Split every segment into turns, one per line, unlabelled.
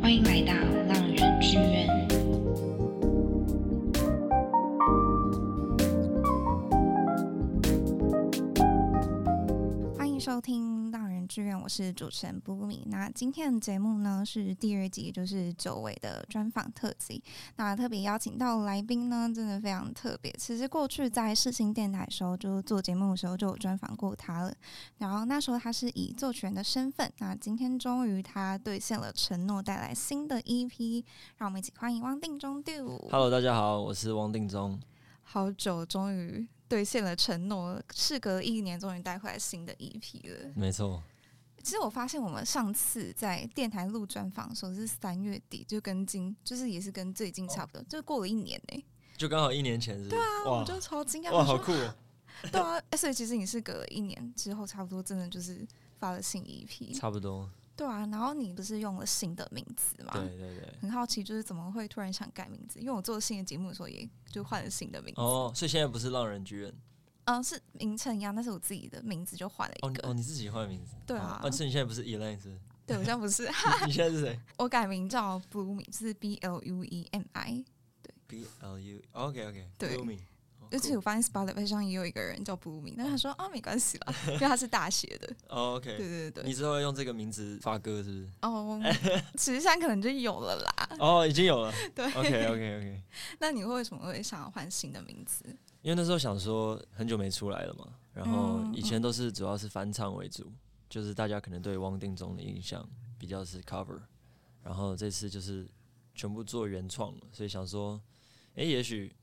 欢迎来到浪人志愿。
欢迎收听《浪人志愿》，我是主持人布米。那今天的节目呢是第二集，就是久违的专访特辑。那特别邀请到的来宾呢，真的非常特别。其实过去在世新电台的时候，就是做节目的时候就有专访过他了。然后那时候他是以作曲人的身份，那今天终于他兑现了承诺，带来新的 EP。让我们一起欢迎汪定中 Do。
Hello，大家好，我是汪定中。
好久终于兑现了承诺，事隔一年终于带回来新的 EP 了。
没错，
其实我发现，我们上次在电台录专访的时候是三月底，就跟今就是也是跟最近差不多，就过了一年呢、
就刚好一年前是不是？对
啊，我就超惊讶，
哦嗯哇，
我说
好酷、哦，
对啊，欸所以其实你是隔了一年之后，差不多真的就是发了新 EP，
差不多。
对啊，然后你不是用了新的名字吗？
对对对。
很好奇，就是怎么会突然想改名字？因为我做新的节目的时候，也就换了新的名字，
哦，所以现在不是浪人剧院
嗯，是名称一样，但是我自己的名字就换了
哦
一个。
哦，你自己换名字？
对啊
哦，所以你现在不是 Elaine 是不是？
对，我现在不是，
你你现在是谁
我改名叫 Bloomy，就是 B L U E M I。
？B L U OK OK，
对而
而
且
且
我发现 Spotify 上也有一个人叫 Bloomy，但是他
嗯
说啊没关系啦，因为他是大学的。
哦
对
OK，
对对
你
对，
之后要用这个名字发歌是不是？
哦， 其实现在可能就有了啦。
哦，已经有了。
对
OK OK OK，
那你为什么会想要换新的名字？
因为那时候想说很久没出来了嘛，然后
嗯
以前都是主要是翻唱为主，就是大家可能对汪定中的印象比较是 cover，然后这次就是全部做原创了，所以想说，诶，也许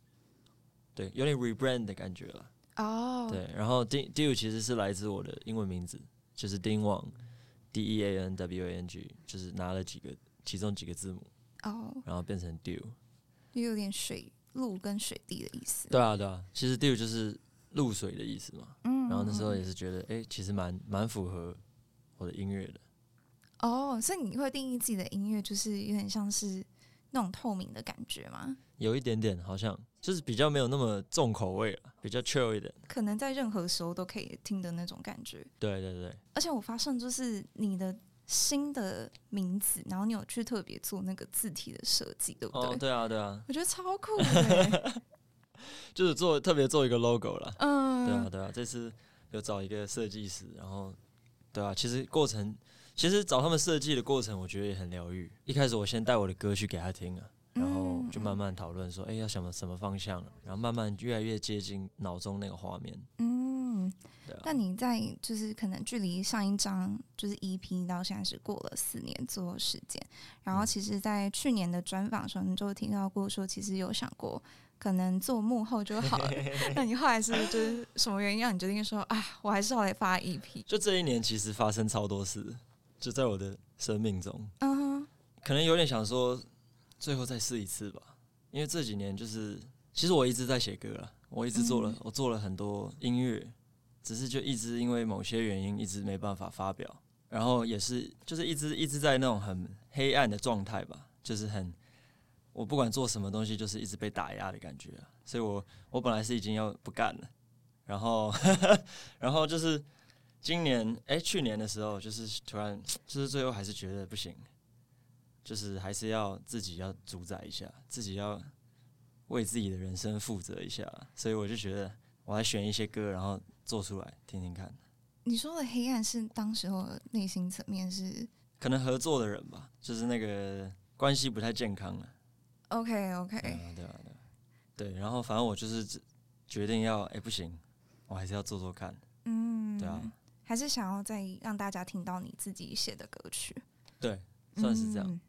对有点 rebrand 的感觉了，
哦，
对。然后 D D 其实是来自我的英文名字，就是丁旺 D E A N W A N G，就是拿了几个其中几个字母，
哦，
然后变成 Do。
就有点水路跟水滴的意思。
对啊对啊，其实 Do 就是露水的意思嘛。
嗯
然后那时候也是觉得，哎、其实蛮蛮符合我的音乐的。
哦，所以你会定义自己的音乐就是有点像是那种透明的感觉吗？
有一点点好像就是比较没有那么重口味了，比较 chill 一点。
可能在任何时候都可以听的那种感觉。
对对对，
而且我发现，就是你的新的名字，然后你有去特别做那个字体的设计，对不对？
哦，对啊 对啊，
我觉得超酷 的、
就是做特别做一个 logo 啦。对啊
嗯，
对啊，这次有找一个设计师，然后对啊，其实过程其实找他们设计的过程，我觉得也很疗愈。一开始我先带我的歌去给他听啊。然后就慢慢讨论说，哎、要想什么方向，然后慢慢越来越接近脑中那个画面，
嗯，
对啊。
那你在就是可能距离上一张就是 EP 到现在是过了四年左右时间，然
嗯
后其实，在去年的专访的时候，你就听到过说，其实有想过可能做幕后就好了。那你后来是就是什么原因让你决定说啊，我还是要来发 EP？
就这一年，其实发生超多事的，就在我的生命中，
嗯哼，
可能有点想说，最后再试一次吧。因为这几年就是，其实我一直在写歌了，我一直做了，
嗯
我做了很多音乐，只是就一直因为某些原因，一直没办法发表。然后也是，就是一直一直在那种很黑暗的状态吧，就是很，我不管做什么东西，就是一直被打压的感觉啊。所以我我本来是已经要不干了，然后 然后就是今年哎、去年的时候，就是突然就是最后还是觉得不行，就是还是要自己要主宰一下，自己要为自己的人生负责一下啦。所以我就觉得我还选一些歌，然后做出来听听看。
你说的黑暗是当时候的内心层面是
可能合作的人吧，就是那个关系不太健康了、
OK OK，、
对啊，对啊，对啊，对。然后反正我就是只决定要，哎、不行，我还是要做做看。
嗯，
对啊，
还是想要再让大家听到你自己写的歌曲，
对，算是这样。
嗯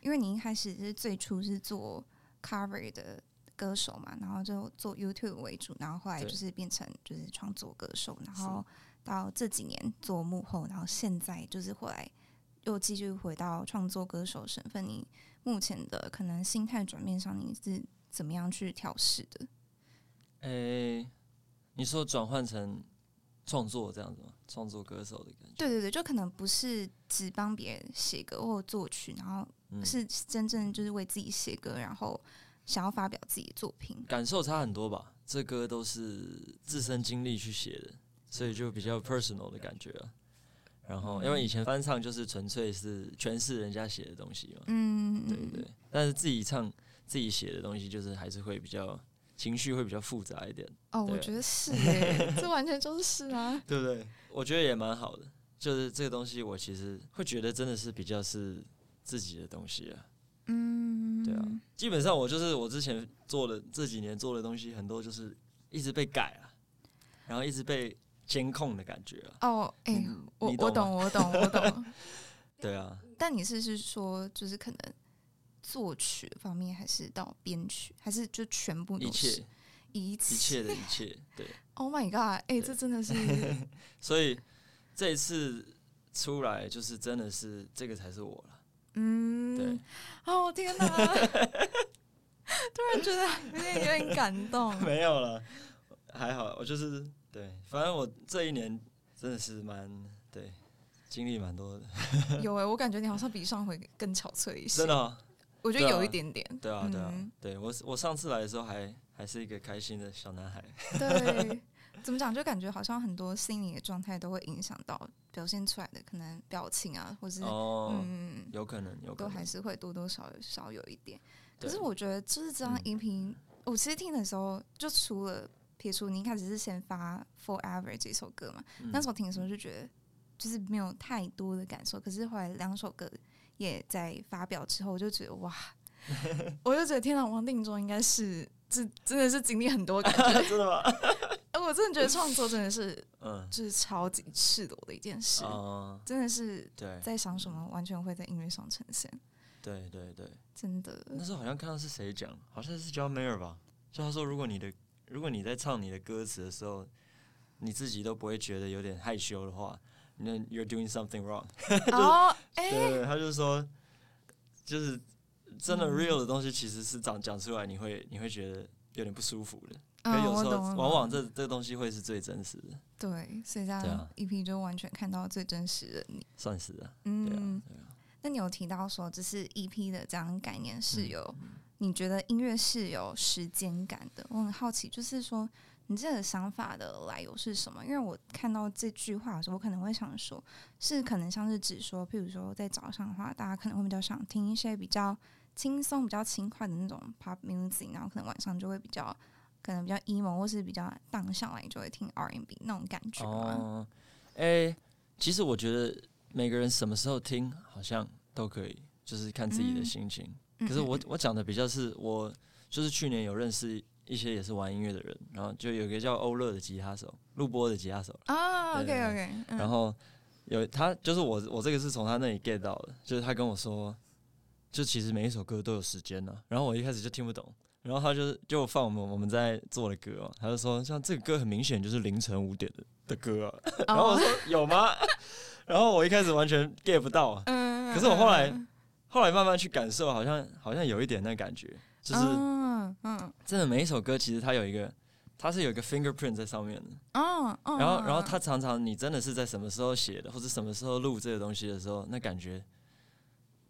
因为你一开始是最初是做 cover 的歌手嘛，然后就做 YouTube 为主，然后后来
对
就是变成就是创作歌手，然后到这几年做幕后，然后现在就是后来又继续回到创作歌手身份。你目前的可能心态转变上，你是怎么样去调试的？
诶、哎你说转换成创作这样子吗？创作歌手的感觉，
对对对，就可能不是只帮别人写歌或作曲，然后
嗯，
是真正就是为自己写歌，然后想要发表自己的作品。
感受差很多吧。这歌都是自身经历去写的，所以就比较 personal 的感觉啊。然后因为以前翻唱就是纯粹是诠释人家写的东西嘛，
嗯，
对对。但是自己唱自己写的东西，就是还是会比较情绪会比较复杂一点，
哦，我
对
觉得 是耶，这完全就是啊，
对不对？我觉得也蛮好的，就是这个东西，我其实会觉得真的是比较是自己的东西啊。
嗯，
对啊，基本上我就是我之前做的这几年做的东西，很多就是一直被改啊，然后一直被监控的感觉啊。
哦，哎、
嗯
我
你
我
懂
懂，我懂，我 懂。
对啊，
但你是是说，就是可能作曲方面，还是到编曲，还是就全部
一
都是
切
一
一
切
切的一切，对。
？Oh my god！哎、这真的 是
所以这一次出来，就是真的是这个才是我了。对
嗯，，哦天哪！突然觉得有点有点感动。
没有了，还好，我就是对，反正我这一年真的是蛮对，经历蛮多的，
有哎、我感觉你好像比上回更憔悴一些。
真的哦、
我觉得
对啊
有一点点。
对啊，对啊，
嗯
对我我上次来的时候还还是一个开心的小男孩，
对， 怎么讲？就感觉好像很多心理的状态都会影响到表现出来的可能表情啊，或是、
哦，
嗯，
有可能，有
都
可能
还，是会多多少少有一点。可
对
是我觉得就是这张
嗯
音频，我其实听的时候，就除了撇除你一开始是先发《Forever》这首歌嘛，
嗯
那时候听的时候就觉得就是没有太多的感受。可是后来两首歌也在发表之后，我就觉得 哇，我就觉得天哪，王定中应该是。这真的是经历很 多感觉，
真 的吗？
哎我真的觉得创作真的是
嗯，
就是超级赤裸的一件事，
哦，
真的是
对，
在想什么完全会在音乐上呈现，
对对对，
真的。
那时候好像看到是谁讲，好像是 John Mayer 吧，就他说如果你的如果你在唱你的歌词的时候，你自己都不会觉得有点害羞的话，那 you're doing something wrong。
哦，哎、
对对，他就说，就是真的
嗯
real 的东西，其实是讲讲出来，你会你会觉得有点不舒服的。可
嗯，
有
我
时候
懂，我
往
懂
往这这东西会是最真实的，
对，所以这
对
样
啊
EP 就完全看到最真实的你。
算是啊，对啊
嗯，，
对啊。
那你有提到说，只是 EP 的这样概念是
嗯
有，你觉得音乐是有时间感的？我很好奇，就是说你这个想法的来由是什么？因为我看到这句话的时候，我可能会想说，是可能像是指说，譬如说在早上的话，大家可能会比较想听一些比较轻松、比较轻快的那种 pop music，然后可能晚上就会比较。可能比较 emo 或是比较荡下来，就会听 R&B 那种感觉吗？
哦，哎，其实我觉得每个人什么时候听好像都可以，就是看自己的
嗯
心情。
嗯
可是我
嗯嗯
我讲的比较是我就是去年有认识一些也是玩音乐的人，然后就有一个叫欧乐的吉他手，录播的吉他手，
啊
对
，OK
对
OK，
然后有他就是我我这个是从他那里 get 到的，就是他跟我说，就其实每一首歌都有时间呢、然后我一开始就听不懂，然后他就是就放我们我们在做的歌、哦，他就说像这个歌很明显就是凌晨五点的的歌、啊，
哦
然后我说有吗？然后我一开始完全 get 不到，啊
嗯，
可是我后来
嗯
后来慢慢去感受，好像好像有一点那感觉，就是
嗯嗯
真的每一首歌其实它有一个。它是有一个 fingerprint 在上面的，
嗯，嗯
然后，然后他常常你真的是在什么时候写的，或者什么时候录这个东西的时候，那感觉，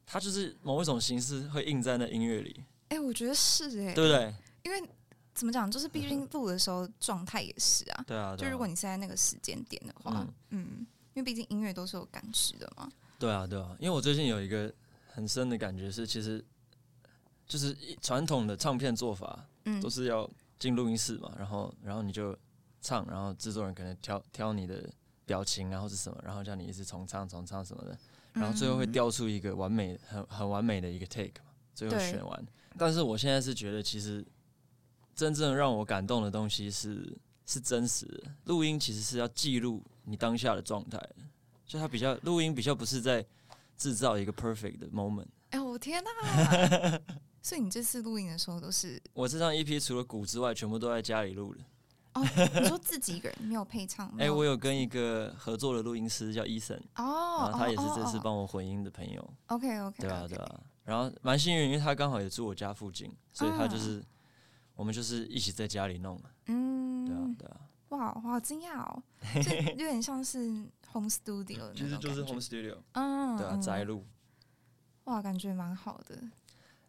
他就是某一种形式会印在那音乐里，
哎、我觉得是哎、
对不对？
因为怎么讲，就是毕竟录的时候状态也是啊，
对啊，
就
对啊
如果你是在那个时间点的话，嗯
嗯
因为毕竟音乐都是有感知的嘛，
对啊，对啊，因为我最近有一个很深的感觉是，其实就是一传统的唱片做法
嗯
都是要进录音室嘛，然后，然后你就唱，然后制作人可能挑挑你的表情啊或是什么，然后叫你一直重唱重唱什么的，然后最后会
嗯
调出一个完美、很很完美的一个 take 嘛，最后
对
选完。但是我现在是觉得，其实真正让我感动的东西是是真实的。录音其实是要记录你当下的状态的，就它比较录音比较不是在制造一个 perfect 的 moment。
哎、我天哪、 所以你这次录音的时候都是
我这张 EP 除了鼓之外，全部都在家里录的。
哦，你说自己一个人没有配唱？
哎、
没
我有跟一个合作的录音师叫 Eason，
哦
然，后他也是这次
哦
帮我混音的朋友。
哦、OK OK，
对啊，对啊。然后蛮幸运，因为他刚好也住我家附近，所以他
啊
就是、我们就是一起在家里弄。
嗯，
对啊，对啊，
哇，我好惊讶 哦，就有点像是 home studio 的那种感觉，
studio，
嗯，
对啊，
嗯
宅录，
哇，感觉蛮好的。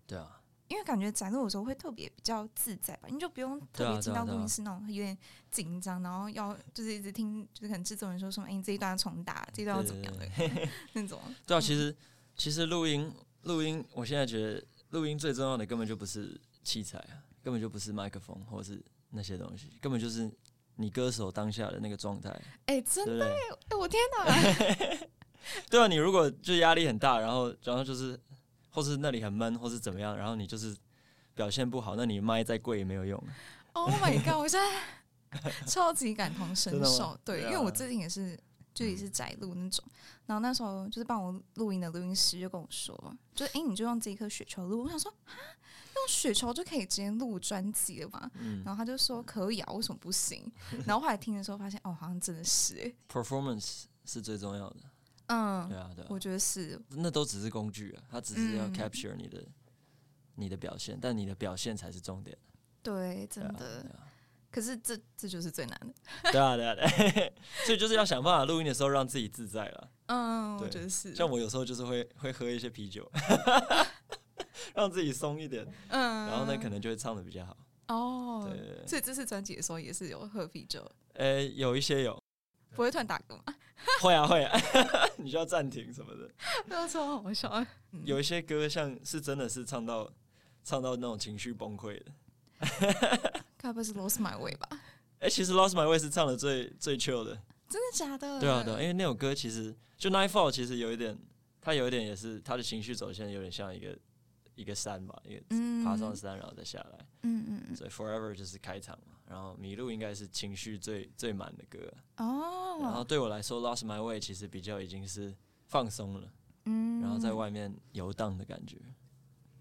对啊。
因为感觉展露的时候会特别比较自在吧，你就不用特
对
别
啊
进
对啊
到
对
录音
啊
室那种有点紧张，然后要就是一直听，就是可能制作人说什么，哎、你这一段要重打，这一段要怎么样的 那种。
对啊，其实其实录音录音，我现在觉得录音最重要的根本就不是器材啊，根本就不是麦克风或是那些东西，根本就是你歌手当下的那个状态，
哎、真
对
的，
不对？
哎、我天哪！
对啊，你如果就压力很大，然后然后就是或是那里很闷，或是怎么样，然后你就是表现不好，那你麦再贵也没有用啊。
Oh my god！我现在超级感同身
真的吗
受，对，因
对
为我
啊嗯
最近也是，就也是宅录那种。然后那时候就是帮我录音的录音师就跟我说，就是哎、诶你就用这一颗雪球录。我想说，啊，用雪球就可以直接录专辑了吗？
嗯
然后他就说可以啊，为什么不行？然后后来听的时候发现，哦，好像真的是、诶
，performance 是最重要的。对
嗯，
啊，对啊，
我觉得是，
那都只是工具啊，它只是要
嗯
capture 你的、你的表现，但你的表现才是重点。
对，真
对啊，
的。
对啊。
可是这这就是最难的，
对啊，对啊，对啊 所以就是要想办法录音的时候让自己自在了。
嗯，我
对
觉得是，
像我有时候就是会会喝一些啤酒， 让自己松一点，
嗯，
然后呢可能就会唱的比较好。
哦，
对对对
所以这次专辑的时候也是有喝啤酒，
呃，有一些有，
不会突然打嗝吗？
会啊会啊， 你就要暂停什么的。
那时候好笑。啊
有一些歌像是真的是唱到唱到那种情绪崩溃的。
该不会是 Lost My Way 吧？
哎、其实《Lost My Way》是唱的最最 chill 的，
真的假的？
对啊对啊，因为那首歌其实就《Nightfall》其实有一点，它有一点也是它的情绪走向有点像一个一个山吧，一个
嗯，
爬上山然后再下来。
嗯嗯嗯，
所以 Forever 就是开场嘛，然后迷路应该是情绪最最满的歌，然后
哦，
对我来说 Lost My Way 其实比较已经是放松了，
嗯，
然后在外面游荡的感觉，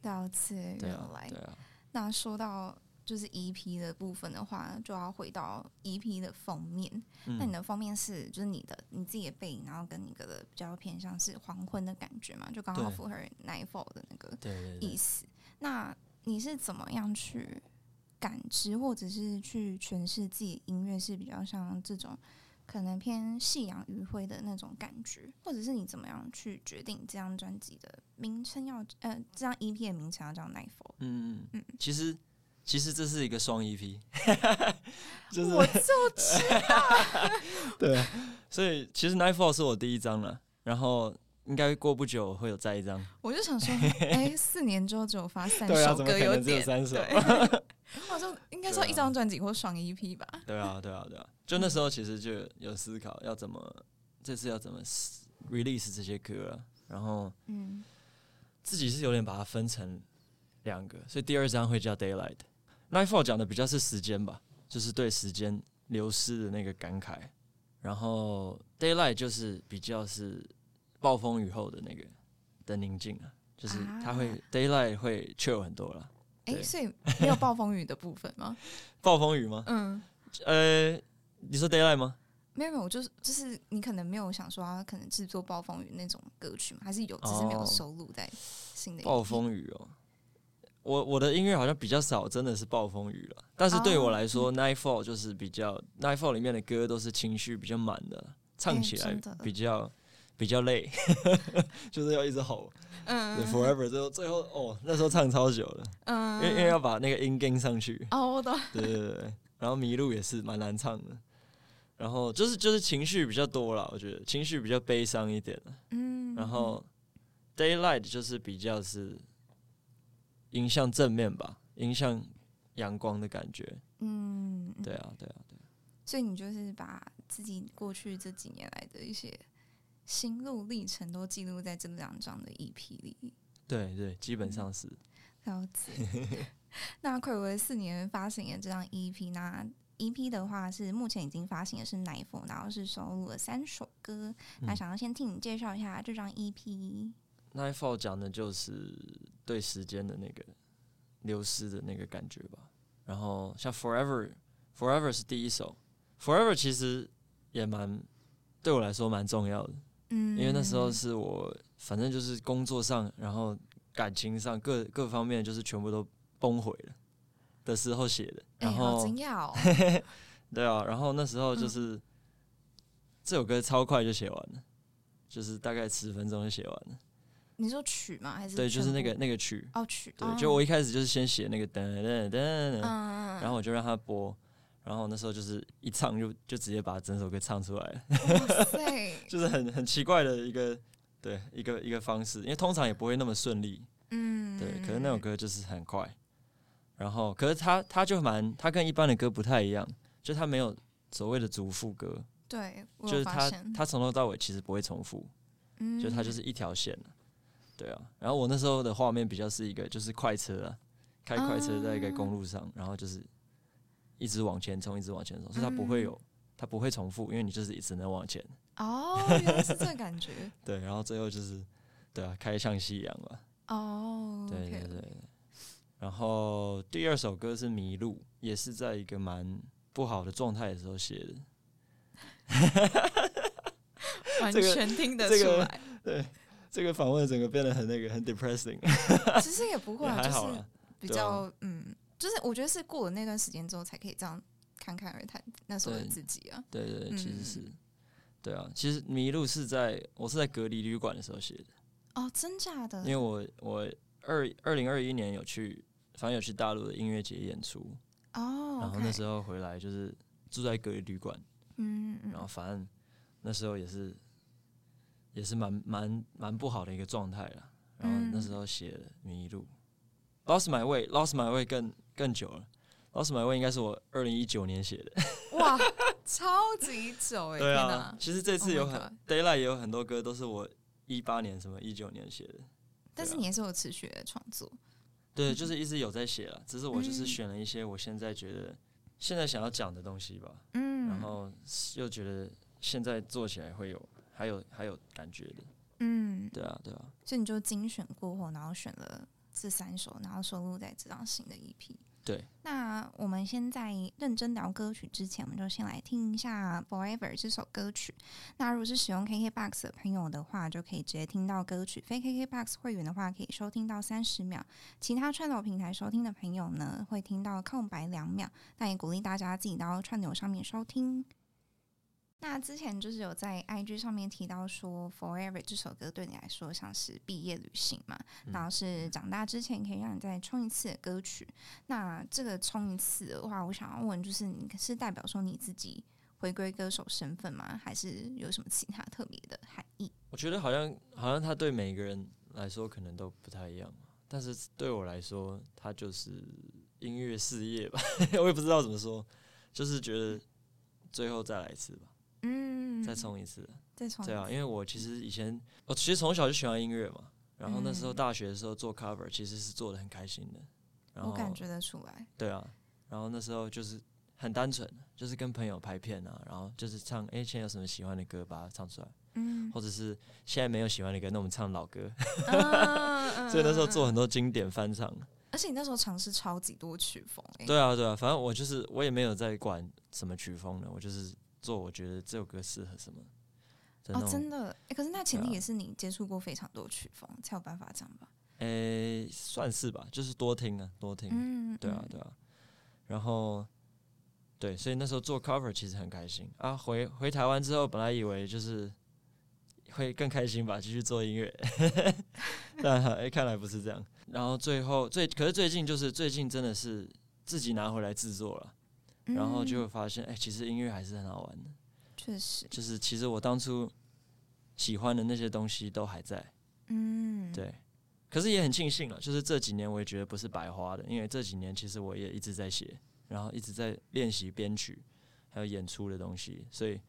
了解，
对
原
啊，
来
对啊，
那说到就是 EP 的部分的话，就要回到 EP 的封面。那你
嗯，
的封面是就是你的你自己的背影，然后跟一个的比较偏向是黄昏的感觉嘛，就刚好
对
符合 Nightfall 的那个
对对
意
对，
思。那你是怎么样去感知，或者是去诠释自己音乐是比较像这种可能偏夕阳余晖的那种感觉，或者是你怎么样去决定这张专辑的名称要呃这张 EP 的名称要叫 Nightfall？
嗯嗯，其实其实这是一个双 EP，就是
我就知
对，啊所以其实 Nightfall 是我第一张了，然后应该过不久会有再一张，
我就 想说，哎、四年之后只有发三
对啊，
首
怎么
歌，
可
有
能只有
点
三首？
对。我就应该说
对啊
一张专辑或双 EP 吧。
对啊，对啊，对啊，就那时候其实就有有思考要怎么这次要怎么 s- release 这些歌、啊，然后
嗯，
自己是有点把它分成两个，所以第二张会叫 Daylight。Nightfall 讲的比较是时间吧，就是对时间流失的那个感慨，然后 Daylight 就是比较是暴风雨后的那个的宁静啊，就是它会、
啊
Daylight 会 chill 很多啦。
哎、
对
所以没有暴风雨的部分 吗？
暴风雨吗？
嗯。
呃，你说 Daylight 吗？
没有没有，我就是就是你可能没有想说他可能制作暴风雨那种歌曲嘛，还是有，只是没有
哦
收录在新的、
暴，风雨哦，我我的音乐好像比较少，真的是暴风雨了。但是对
哦
我来
嗯
说、n i g h t f a l l 就是比较 Nightfall 里面的歌都是情绪比较满的，唱起来
真的
比较、比较累， 就是要一直吼。
嗯
对 Forever 最后最后哦，那时候唱超久了，因
嗯，
为因为要把那个音跟上去。
哦，我懂，
对对对对，然后迷路也是蛮难唱的。然后就是就是情绪比较多了，我觉得情绪比较悲伤一点。
嗯，
然后 daylight 就是比较是影向正面吧，影向阳光的感觉。
嗯，嗯
对啊，对啊，对啊
所以你就是把自己过去这几年来的一些心路历程都记录在这两张的 EP 里，
对对，基
嗯
本上是。
了解。 那暌违四年发行的这张 EP，那 EP 的话是目前已经发行的是哪一封？然后是收录了三首歌。那
嗯
想要先听你介绍一下这张 E EP。
Nightfall 讲的就是对时间的那个流失的那个感觉吧。然后像 Forever，Forever 是第一首，Forever 其实也蛮对我来说蛮重要的，
嗯
因为那时候是我反正就是工作上，然后感情上各各方面就是全部都崩毁了的时候写的。
哎、
然
好
后、
惊讶嗯哦，
对啊，然后那时候就是、这首歌超快就写完了，就是大概十分钟就写完了。
你说曲吗？还是
对，就是
全
那
部
个那个曲，
哦曲，
对
哦，
就我一开始就是先写那个噔噔噔
嗯
噔，
嗯，嗯
然后我就让他播，然后那时候就是一唱就就直接把整首歌唱出来了，
哇塞，
就是很很奇怪的一个对一个一个方式，因为通常也不会那么顺利，
嗯，
对，可是那首歌就是很快，然后可是他他就蛮他跟一般的歌不太一样，就他没有所谓的主副歌，
对，我
就
有
是
发
他
现嗯
他从头到尾其实不会重复，就他就是一条线啊对啊。然后我那时候的画面比较是一个就是快车啊，开快车在一个公路上，然后就是一直往前冲，一直往前冲，所以它不会
啊
有它不会重复，因为你就是只能往前。
哦，原来是这个感觉
对，然后最后就是对啊，开向夕阳吧。
哦，
对
OK
对对对。然后第二首歌是《迷路》，也是在一个蛮不好的状态的时候写的。
完
这个
全听得
这
出
个
来。
这个访问整个变得很那个很 depressing，
其实也不会
也
啊，
还
就
好
是
啦。
比
对啊
较、嗯，就是我觉得是过了那段时间之后才可以这样侃侃而谈那时候的
对
自己啊。
对对，对其
嗯
实是，对啊，其实《迷路》是在我是在隔离旅馆的时候写的，
哦，真假的
因？为我
嗯
我二二零二一年有去，反正有去大陆的音乐节演出，
哦，
然后那时
候，
候回来就是住在隔离旅馆，
嗯嗯
然后反正那时候也是也是蛮蛮蛮不好的一个状态啦，然后
嗯
那时候写的《迷路》，Lost My Way，Lost My Way 更更久了。Lost My Way 应该是我二零一九年写的，
嗯，哇， 超级久哎、
对
天
啊
哪，！
其实这
Oh
次
my
有很
God
Daylight 也有很多歌都是我一八年什么一九年写的，
但是
对啊
你也是有持续的创作，
对，就是一直有在写了，只是我就是
嗯
选了一些我现在觉得现在想要讲的东西吧，
嗯，
然后又觉得现在做起来会有还有还有感觉的，
嗯，
对啊对啊，
所以你就精选过后，然后选了这三首，然后收录在这张新的 E EP。
对。
那我们先在认真聊歌曲之前，我们就先来听一下《Forever》这首歌曲。那如果是使用 KKBOX 的朋友的话，就可以直接听到歌曲；非 KKBOX 会员的话，可以收听到三十秒。其他串流平台收听的朋友呢，会听到空白两秒。那也鼓励大家自己到串流上面收听。那之前就是有在 IG 上面提到说，《Forever》这首歌对你来说像是毕业旅行嘛，
嗯
然后是长大之前可以让你再冲一次的歌曲。那这个冲一次的话，我想要问，就是你是代表说你自己回归歌手身份吗？还是有什么其他特别的含义？
我觉得好像好像它对每个人来说可能都不太一样，啊但是对我来说，它就是音乐事业吧， 我也不知道怎么说，就是觉得最后再来一次吧，
嗯，
再冲一次。
再冲，
对啊，因为我其实以前，我其实从小就喜欢音乐嘛，然后那时候
嗯
大学的时候做 cover 其实是做的很开心的，然后
我感觉得出来。
对啊，然后那时候就是很单纯，就是跟朋友拍片啊，然后就是唱，哎、现在有什么喜欢的歌，把它唱出来，
嗯，
或者是现在没有喜欢的歌，那我们唱老歌，
啊 嗯
所以那时候
嗯
做，
嗯嗯
很多经典翻唱。
而且你那时候尝试超级多曲风、欸，
对啊，对啊，反正我就是我也没有在管什么曲风的，我就是做我觉得这首歌适合什么的那
哦，
种
真的、欸可是那前提
对啊
也是你接触过非常多曲风，才有办法这样吧？
诶、算是吧，就是多听啊，多听。
嗯，
对啊，
嗯
对啊。然后，对，所以那时候做 cover 其实很开心啊。回回台湾之后，本来以为就是会更开心吧，继续做音乐， 但哎、看来不是这样。然后最后最，可是最近就是最近真的是自己拿回来制作了，然后就会
嗯
发现，哎、其实音乐还是很好玩的。
确、实，
就是其实我当初喜欢的那些东西都还在，
嗯，，
对。可是也很庆幸了，啊就是这几年我也觉得不是白花的，因为这几年其实我也一直在写，然后一直在练习编曲，还有演出的东西，所以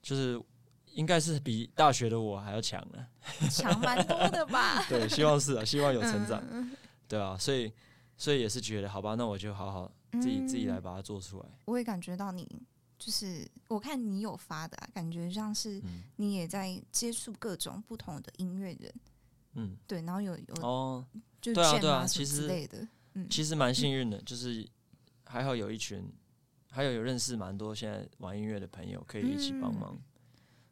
就是应该是比大学的我还要强 了。
强蛮多的吧
？对，希望是啊，希望有成长，
嗯
对啊，所以所以也是觉得好吧，那我就好好
嗯
自己自己来把它做出来。
我也感觉到你，就是我看你有发的、啊，感觉像是
嗯
你也在接触各种不同的音乐人，
嗯，
对，然后有有、
哦，
就
对啊
jam
对啊
什么
其
之
实
类的，嗯，
其实蛮幸运的，就是还好有一群，还有有认识蛮多现在玩音乐的朋友可以一起帮忙，
嗯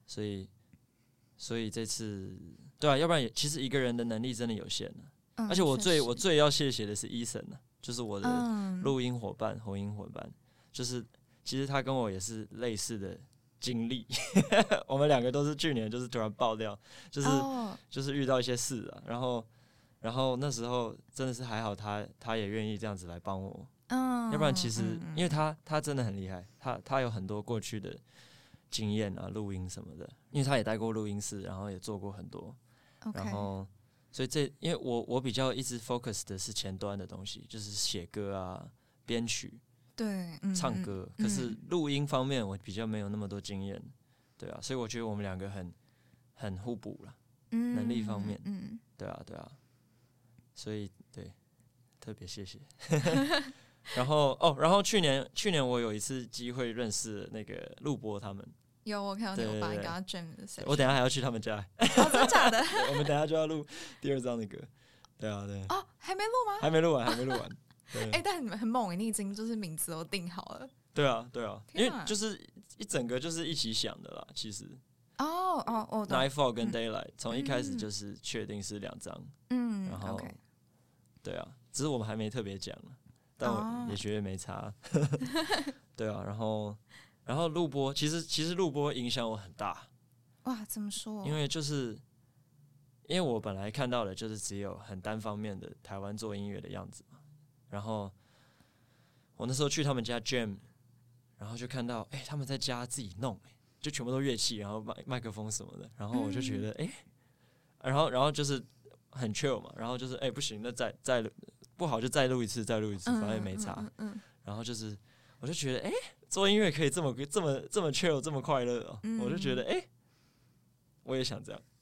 所以所以这次对啊，要不然也其实一个人的能力真的有限的、
嗯
而且我
确
最
实
我最要谢谢的是 Eason 呢、就是我的
嗯
录音伙伴、混音伙伴，就是其实他跟我也是类似的经历， 我们两个都是去年就是突然爆掉，就是、
哦，
就是遇到一些事啊，然后然后那时候真的是还好他他也愿意这样子来帮我，
嗯，
要不然其实
嗯嗯
因为他他真的很厉害，他他有很多过去的经验啊，录音什么的，因为他也待过录音室，然后也做过很多，
嗯
OK，
然后所以这因为我我比较一直 focus 的是前端的东西，就是写歌啊、编曲、
对，
嗯
唱
嗯
歌，可是录音方面我比较没有那么多经验，对啊，所以我觉得我们两个很很互补了，
嗯，
能力方面
嗯，
对啊对啊，所以对特别谢 谢。然后哦，然后去年去年我有一次机会认识那个陆波他们，
有我看到
对
你，我把
对
你
对
跟他 jam 的 s e
我等一下还要去他们家，
哦，真假的？
我们等一下就要录第二张的歌，对啊对，
哦，还没录吗？
还没录完还没录完，对。
哎、但你们很猛哎，你已经就是名字都定好了。
对啊，对啊，因
天
为
啊
就是一整个就是一起想的啦。其实
哦哦，我懂，
Nightfall 跟 Daylight 从、一开始
嗯
就是确定是两张，
嗯
然后
，OK，
对啊，只是我们还没特别讲呢，但
哦
我也觉得没差。 对啊，然后然后录播，其实其实录播影响我很大，
哇，怎么
哦
说？
因为就是因为我本来看到的就是只有很单方面的台湾做音乐的样子嘛，然后我那时候去他们家 jam，然后就看到哎、他们在家自己弄、哎就全部都乐器，然后麦麦克风什么的，然后我就觉得
嗯
哎、然后然后就是很 chill 嘛，然后就是哎、不行，那再再录不好就再录一次，再录一次，反正也没差，
嗯嗯
然后就是，我就觉得，哎、做音乐可以这么这么这么 chill，这么快乐哦、
嗯
我就觉得，哎、我也想这样。
嗯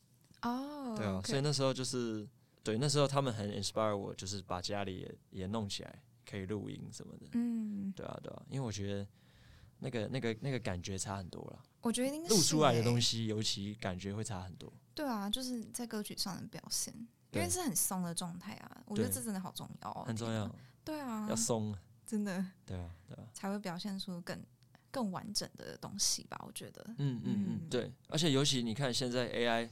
哦，
对啊
OK
所以那时候就是，对，那时候他们很 inspire 我，就是把家里也也弄起来，可以录音什么的。
嗯，
对啊，对啊，因为我觉得那个那个那个感觉差很多了，
我觉得一定
录
是
出来的
欸
东西，尤其感觉会差很多。
对啊，就是在歌曲上的表现，因
对
为是很松的状态啊，我觉得
对
这真的好重要、哦，
很重
天
要
啊，，对啊，
要松。
真的
对啊，对啊，
才会表现出更更完整的东西吧，我觉得
嗯嗯嗯
嗯，
对，而且尤其你看现在 AI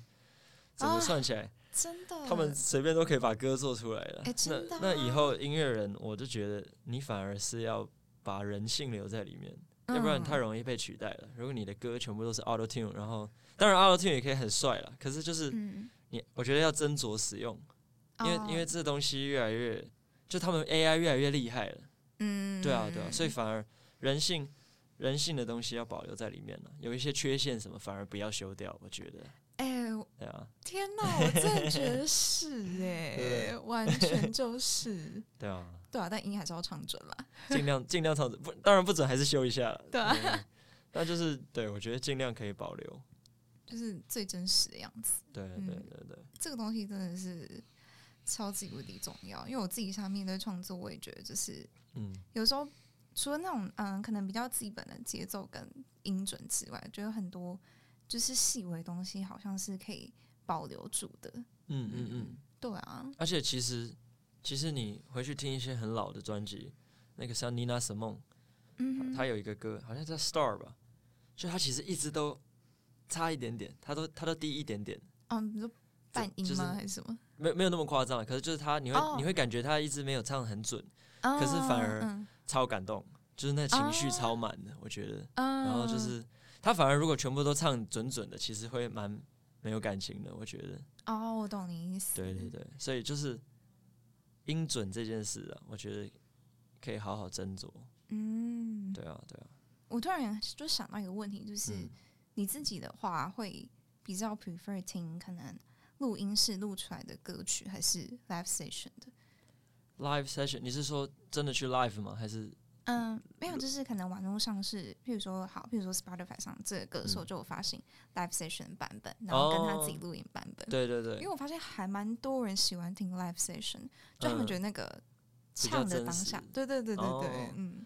整
啊
个算起来。
真的，
他们随便都可以把歌做出来了。
诶嗯真的啊
那那以后音乐人，我就觉得你反而是要把人性留在里面，要不然
嗯
太容易被取代了。如果你的歌全部都是 Auto Tune，然后当然 Auto Tune 也可以很帅了，可是就是
嗯，
你，我觉得要斟酌使用，因为、
哦
因为这东西越来越，就他们 AI 越来越厉害了。
嗯，
对啊，对啊，所以反而人性。人性的东西要保留在里面了，有一些缺陷什么反而不要修掉，我觉得，
哎、
对啊，
天哪，我真的觉得是
欸
哎、
对
完全就是。
对啊，
对啊，但音还是要唱准啦。
尽量尽量唱准，不当然不准还是修一下。
对啊
嗯，那就是对我觉得尽量可以保留。
就是最真实的样子。
对
嗯
对对对，
这个东西真的是超级无敌重要，因为我自己上面对创作，我也觉得就是
嗯，
有时候除了那种嗯可能比较基本的节奏跟音准之外，觉得很多就是细微的东西好像是可以保留住的。
嗯嗯嗯，
对啊，
而且其实其实你回去听一些很老的专辑，那个像 Nina Simone，
嗯
她有一个歌好像叫 Star 吧，就她其实一直都差一点点，她都她都低一点点，
哼，嗯，你说半音吗、
就是
还是什么？
没有没有那么夸张，可是就是她你会、
哦
你会感觉她一直没有唱得很准，
可
是反而
嗯，
超感动，就是那情绪
啊
超满的，我觉得。
嗯
然后就是他反而如果全部都唱准准的，其实会蛮没有感情的，我觉得。
哦，我懂你意思。
对对对，所以就是音准这件事啊，我觉得可以好好斟酌。
嗯，
对啊，对啊，
我突然就想到一个问题，就是。
嗯
你自己的话会比较 prefer 听可能录音室录出来的歌曲，还是 live station 的？
，live session，你是说真的去 live 吗？还是
嗯，没有，就是可能网络上是，譬如说好，譬如说 Spotify 上这个歌手
嗯
就有发行 live session 版本，然后跟他自己
哦
录音版本。
对对
呃因为
对，
我发现还蛮多人喜欢听 live session，就他们
嗯
觉得那个
比较
唱的
真
当下
实，
对对对对对
哦，
嗯，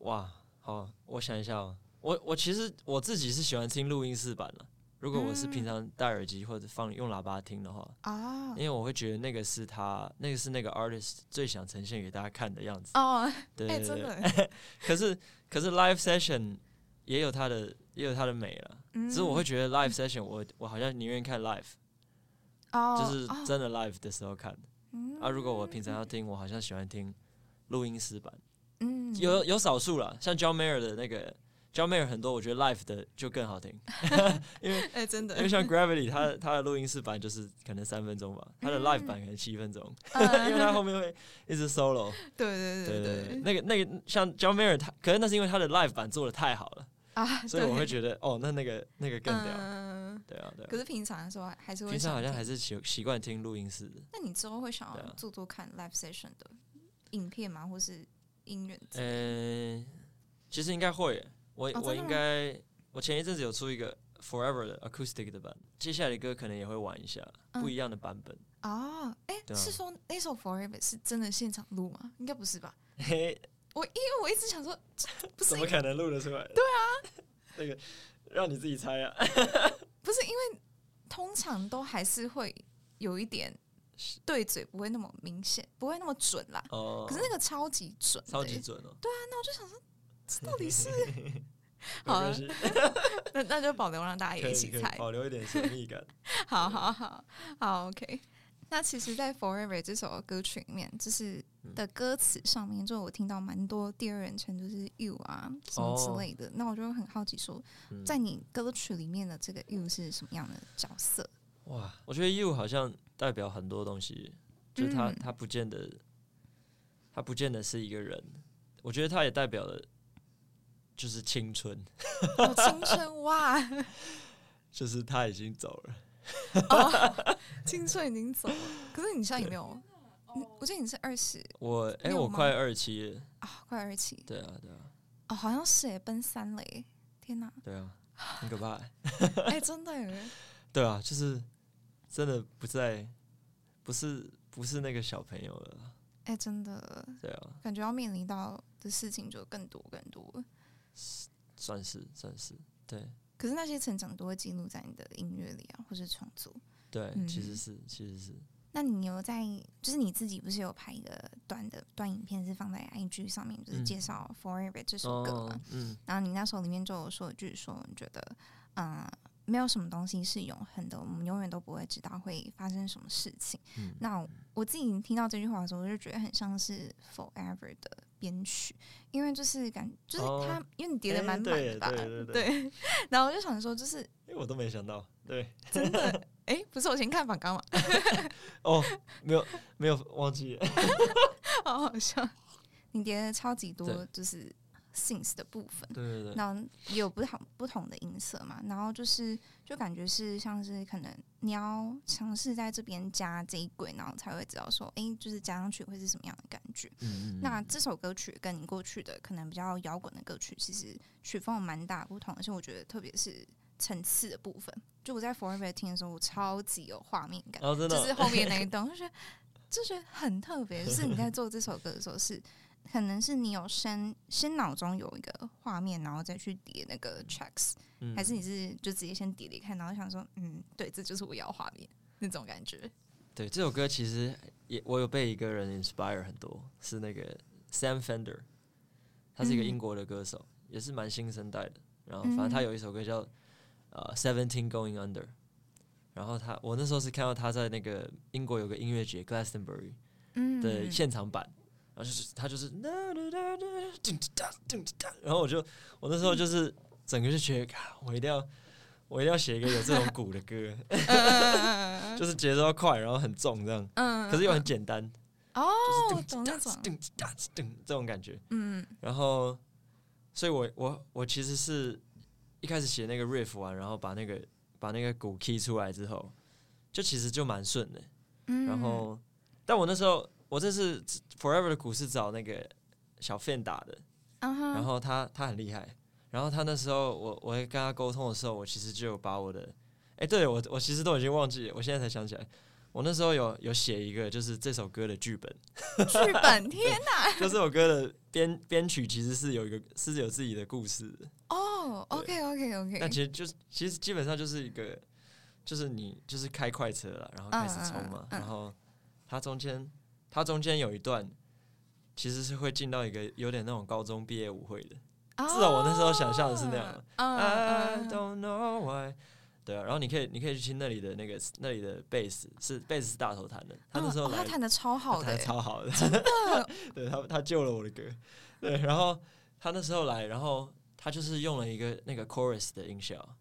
哇，好，我想一下哦，我我其实我自己是喜欢听录音室版的。如果我是
嗯
平常戴耳机或者放用喇叭听的话，
啊
因为我会觉得那个是他，那个是那个 artist 最想呈现给大家看的样子。
哦，
对
哎，
对
真
对，
的，
可是可是 live session 也有它的也有它的美了，
嗯
只是我会觉得 live session 我我好像宁愿看 live，、
哦，
就是
哦
真的 live 的时候看。
嗯
啊，如果我平常要听，我好像喜欢听录音室版，
嗯
有有少数啦，像 John Mayer 的那个 John Mayer 很多，我觉得 live 的就更好 听，
哎、真的
因为像 Gravity 它的它的录音室版就是可能三分钟吧，它的
嗯
live 版可能七分钟， 因为它后面会一直 solo。
对
对
对
对对，
对
那个那个像 John Mayer 他，可是那是因为他的 live 版做的太好了，
啊，
所以我会
得
觉得哦，那那个那个更屌。
嗯，
对啊对
可
啊，
是平常的时候还是会
平常好像还
是，
是习习惯听录音室的。
那你之后会想
对啊
要做做看 live session 的影片吗？或是音乐之类的？哦
嗯，其实应该会耶，我、
真的
我应
吗
该，我前一阵子有出一个 Forever 的 acoustic 的版，接下来的歌可能也会玩一下
嗯
不一样的版 本。
哦，哎、
对啊
是说那首 Forever 是真的现场录吗？应该不是吧？
嘿，
我因为我一直想说， 这不是
怎
因
么
为
可能录得出来？对啊， 这个让你自己猜啊。
不是因为通常都还是会有一点对嘴，不会那么明显，不会那么准啦。
哦，
可是那个超级准的欸，
超级准哦。对，
那我就想说，这到底是
没
好啊
关系，
那那就保留让大家
可
也一
以
起
可以
猜。
保留一点神秘感。
好好好好，OK。那其实，在《Forever》这首歌曲里面，就是
嗯
的歌词上面，就我听到蛮多第二人称，就是 you 啊什么
哦
之类的。那我就很好奇说
嗯
在你歌曲里面的这个 you 是什么样的角色？
哇，我觉得 you 好像代表很多东西，就是他
嗯
他不见得，他不见得是一个人，我觉得他也代表了就是青春，
哦，青春哇，
就是他已经走了。
哦青春已经走了，可是你现在有没有？嗯我记得你是二十
我哎、
你有
我
吗
快二七了，
啊，快二七
对啊，对啊，！
哦，好像是哎，奔三了哎，天哪
对啊，很可怕欸、
哎，真的耶
对啊，就是真的不在，不是不是那个小朋友了啦，
哎，真的
对啊，
感觉要面临到的事情就更多更多了。
算是算是，对
可是那些成长都会记录在你的音乐里啊，或是创作。
对，
嗯
其实是其实是，
那你有在，就是你自己不是有拍一个短的短影片，是放在 IG 上面，就是
嗯
介绍《Forever》这首歌嘛？
哦，嗯，
然后你那时候里面就有说一句说，你觉得，嗯、没有什么东西是永恒的，我们永远都不会知道会发生什么事情。
嗯
那我自己听到这句话的时候，我就觉得很像是《Forever》的编曲，因为就是感，就是
哦
它，因为你叠的
诶
蛮满
对
的吧？
对对对
对。 然后我就想说，就是
因为我都没想到，对，
真的， 哎、不是我先看反纲嘛，
哦，没有没有忘记了，
好好笑。你叠了超级多
对，
就是 sings 的部分，
对对对，
然后也有不同不同的音色嘛，然后就是就感觉是像是可能你要尝试在这边加这一轨，然后才会知道说，哎、就是加上去会是什么样的感觉。
嗯嗯嗯
那这首歌曲跟你过去的可能比较摇滚的歌曲，其实曲风有蛮大不同，而且我觉得特别是层次的部分，就我在 Forever 听的时候，我超级有画面感。
然后真的
就
哦
是后面那一段，就觉得就觉得很特别。是你在做这首歌的时候是，可能是你有先先脑中有一个画面，然后再去叠那个 tracks，、
嗯
还是你是就直接先叠叠看，然后想说，嗯，对，这就是我要的画面那种感觉。
对这首歌其实也我有被一个人 inspire 很多，是那个 Sam Fender，他是一个
嗯
英国的歌手，也是蛮新生代的。然后反正他
嗯
有一首歌叫呃 Seventeen Going Under，然后他我那时候是看到他在那个英国有个音乐节 Glastonbury
嗯，
的现场版。然后就是他就是，然后我就我那时候就是整个就觉得，啊我一定要我一定要写一个有这种鼓 的歌，
嗯
就是节奏要快，然后很重这样，
嗯
可是又很简单，
哦，
就是
我懂那种，
噔哧哒哧噔这种感觉。
嗯
然后，所以我我我其实是一开始写那个 riff 完，然后把那个把那个鼓 key 出来之后，就其实就蛮顺的。
嗯，
然后，但我那时候我这次 forever 的鼓是找那个小 Fan 打的，
嗯哼，
然后他他很厉害。然后他那时候我我跟他沟通的时候，我其实就有把我的，哎，对我我其实都已经忘记了，我现在才想起来，我那时候有有写一个就是这首歌的剧本。
剧本天哪，
就这首歌的编编曲其实是有一个是有自己的故事的，
哦，OK OK
但
OK，
其实就是其实基本上就是一个，就是你就是开快车了，然后开始冲嘛
嗯嗯，嗯
然后它中间它中间有一段其实是会进到一个有点那种高中毕业舞会的，至少我那时候想象的啊是那样
哦。嗯
I
嗯嗯
don't know why。对啊，然后你可以你可以去听那里的那个那里的贝斯是贝斯是大头弹的，他那时候
哦、他
来
弹的超
他
好的
弹
欸、
得超好的， 对他他救了我的歌，对，然后他那时候来，然后他就是用了一个那个 chorus 的音效，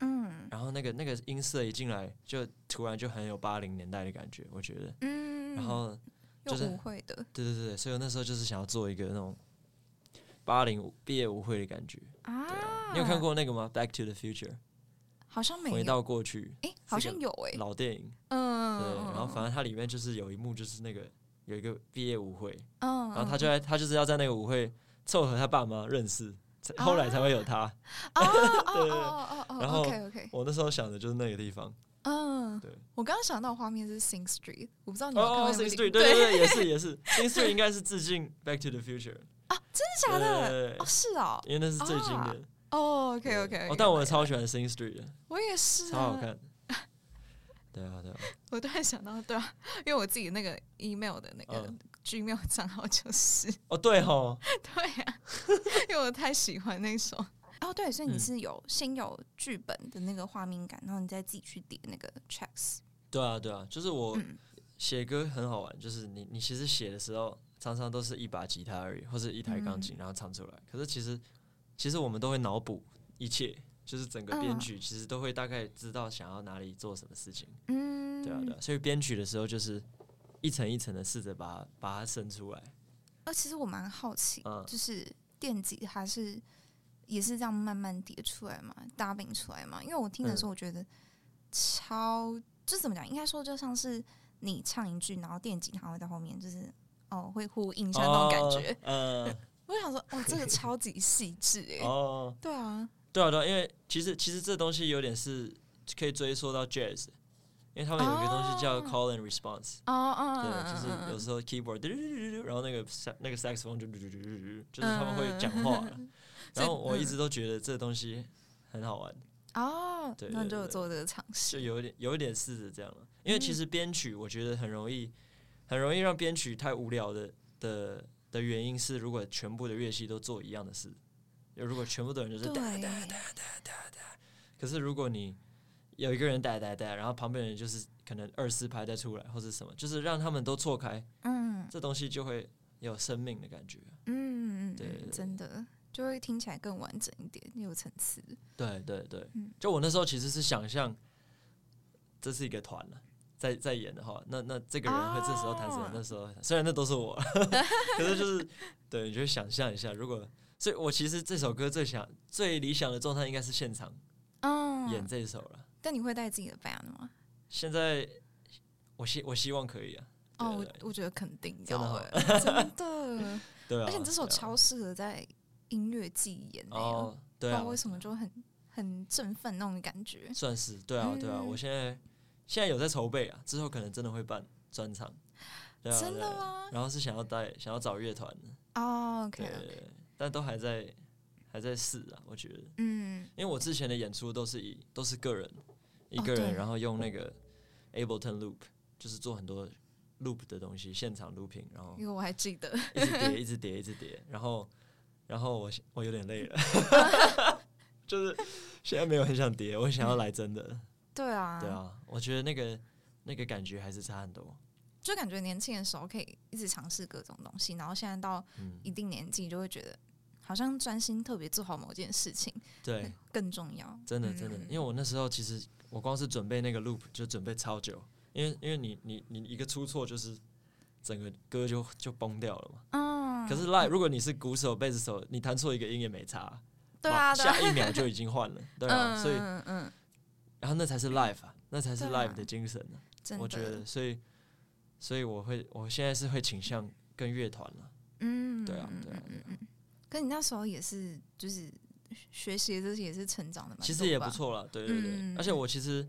嗯
然后那个那个音色一进来，就突然就很有八零年代的感觉，我觉得。
嗯，
然后，
又
就是
舞会的
对对对对，所以我那时候就是想要做一个那种八零毕业舞会的感觉。
啊，
你有看？过那个吗？《Back to the Future》
好像没
回
有，
到过去
哎，好像有哎，
老电影，对。
嗯，
然后反正它里面就是有一幕就是那个有一个毕业舞会，
嗯，
然后他就在他就是要在那个舞会凑合他爸妈认识，才
啊
后来才会有他。
哦哦
对对
哦哦哦
然后
，OK OK，
我那时候想的就是那个地方，
嗯，
对。
我刚刚想到的画面是 Sing Street，我不知道你有没有看
哦
过
哦
那部
，Sing
电
Street，对
影
对
对，
对，也是也是，Sing Street 应该是致敬《Back to the Future》，
啊真 的假的？
对对对
哦，是哦，
因为那是最经
啊
典。
哦，OK
对
OK，
哦，但我超喜欢 Sing Street 的，
嗯
我也是，啊
超好。看。对啊对啊，
我突然想到，对啊， 因为我自己那个 email 的那个
嗯
Gmail 账号就是，
哦对吼，
对 啊，因为我太喜欢那首。
哦，对，所以
嗯
你是有先有剧本的那个画面感，然后你再自己去叠那个 checks。
对啊对啊，就是我
嗯
写歌很好玩，就是你你其实写的时候，常常都是一把吉他而已，或者一台钢
嗯
琴，然后唱出来。可是其实其实我们都会脑补一切，就是整个编
嗯
曲其实都会大概知道想要哪里做什么事情。
嗯，
对啊对啊，所以编曲的时候就是一层一层的试着把它把它生出来。
呃，其实我蛮好奇，
嗯
就是电吉他是也是这样慢慢叠出来嘛，搭饼出来嘛。因为我听的
嗯
时候，我觉得超、就怎么讲，应该说就像是你唱一句，然后电吉他会在后面，就是哦会呼应一下那种感觉。
哦。
我想说，哦，这个超级细致 哎，
嗯、哦，
对啊，
对啊对啊，因为其实其实这东西有点是可以追溯到 jazz，因为他们有一个东西叫 call and response，、
哦哦，
对，就
嗯
是有时候 keyboard 嘟嘟嘟嘟嘟，然后那个 sa- 那个 saxophone 就嘟嘟嘟嘟嘟，就是他们会讲话
嗯
了。 然后我一直都觉得这东西很好玩，
哦，
对
那你就
对
有
对
做这个尝
就
试，
有一点有一点试着这样了。因为其实
嗯
编曲我觉得很容易，很容易让编曲太无聊的的的原因是，如果全部的乐器都做一样的事，如果全部的人就是哒
对，
可是如果你有一个人呆呆呆，然后旁边人就是可能二四拍再出来或者什么，就是让他们都错开，
嗯
这东西就会有生命的感觉。
嗯，嗯
对对对
嗯真的就会听起来更完整一点，有层次。
对对对
嗯，
就我那时候其实是想象这是一个团了。在在演的话，那那这个人会这时候弹什么
哦？
那时候虽然那都是 我，可是就是对，你就想象一下，如果所以，我其实这首歌最想最理想的状态应该是现场演
嗯，
这首了。
但你会带自己的 band 吗？
现在我希我希望可以啊，
哦，
对
我
对对
我觉得肯定
真的
要
哦
哎，真的，
对啊，
而且你这首
对啊
超适合在音乐季演哎，不
哦，对
知
啊
道，为什么就很很振奋那种感觉。
算是对啊，对啊，我
嗯
现在现在有在筹备啊，之后可能真的会办专场，对啊，
真的
对啊
吗
然后是想要带想要找乐团的，
哦
对
，OK，
对，对但都还在还在试啊，我觉得，
嗯，
因为我之前的演出都是以都是个人一
哦
个人，
对
然后用那个 Ableton Loop，就是做很多 loop 的东西，现场 looping，然后
因为我还记得，
一直叠，一直叠，一直叠，然后，然后我我有点累了， 就是现在没有很想叠，我想要来真的，
对啊，
对啊，我觉得那个那个感觉还是差很多，
就感觉年轻的时候可以一直尝试各种东西，然后现在到
嗯，
一定年纪就会觉得，好像专心特别做好某件事情
对，
更重要。
哎
嗯
真的真的，因为我那时候其实我光是准备那个 loop 就准备超久，因为因为你你你一个出错就是整个歌就就崩掉了嘛，
嗯，
可是 live 如果你是鼓手、贝斯手，你弹错一个音也没差，
对啊，
马
对啊，
下一秒就已经换了，对啊，
嗯
所以。
嗯嗯，
然后那才是 life 啊，那才是
对啊
life 的精神呢、
真的，
我觉得，所以，所以我会，我现在是会倾向跟乐团了。
嗯，
对啊
嗯，
对啊，对啊
可你那时候也是，就是学习这些也是成长的，
其实也不。错了。对对对，
嗯嗯嗯
而且我其实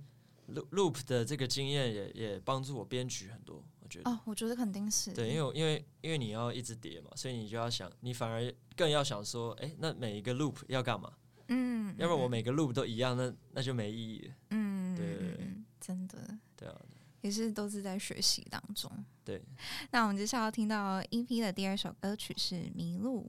loop loop 的这个经验也也帮助我编曲很多，我觉得。
哦，我觉得肯定是
对，因为我因为因为你要一直叠嘛，所以你就要想，你反而更要想说，哎、那每一个 loop 要干嘛？
嗯，
要不然我每个 loop 都一样，那那就没意义了。
嗯，
对
嗯嗯
对对
嗯真的
对啊，
也是都是在学习当中。
对，
那我们接下来听到 EP 的第二首歌曲是《迷路》。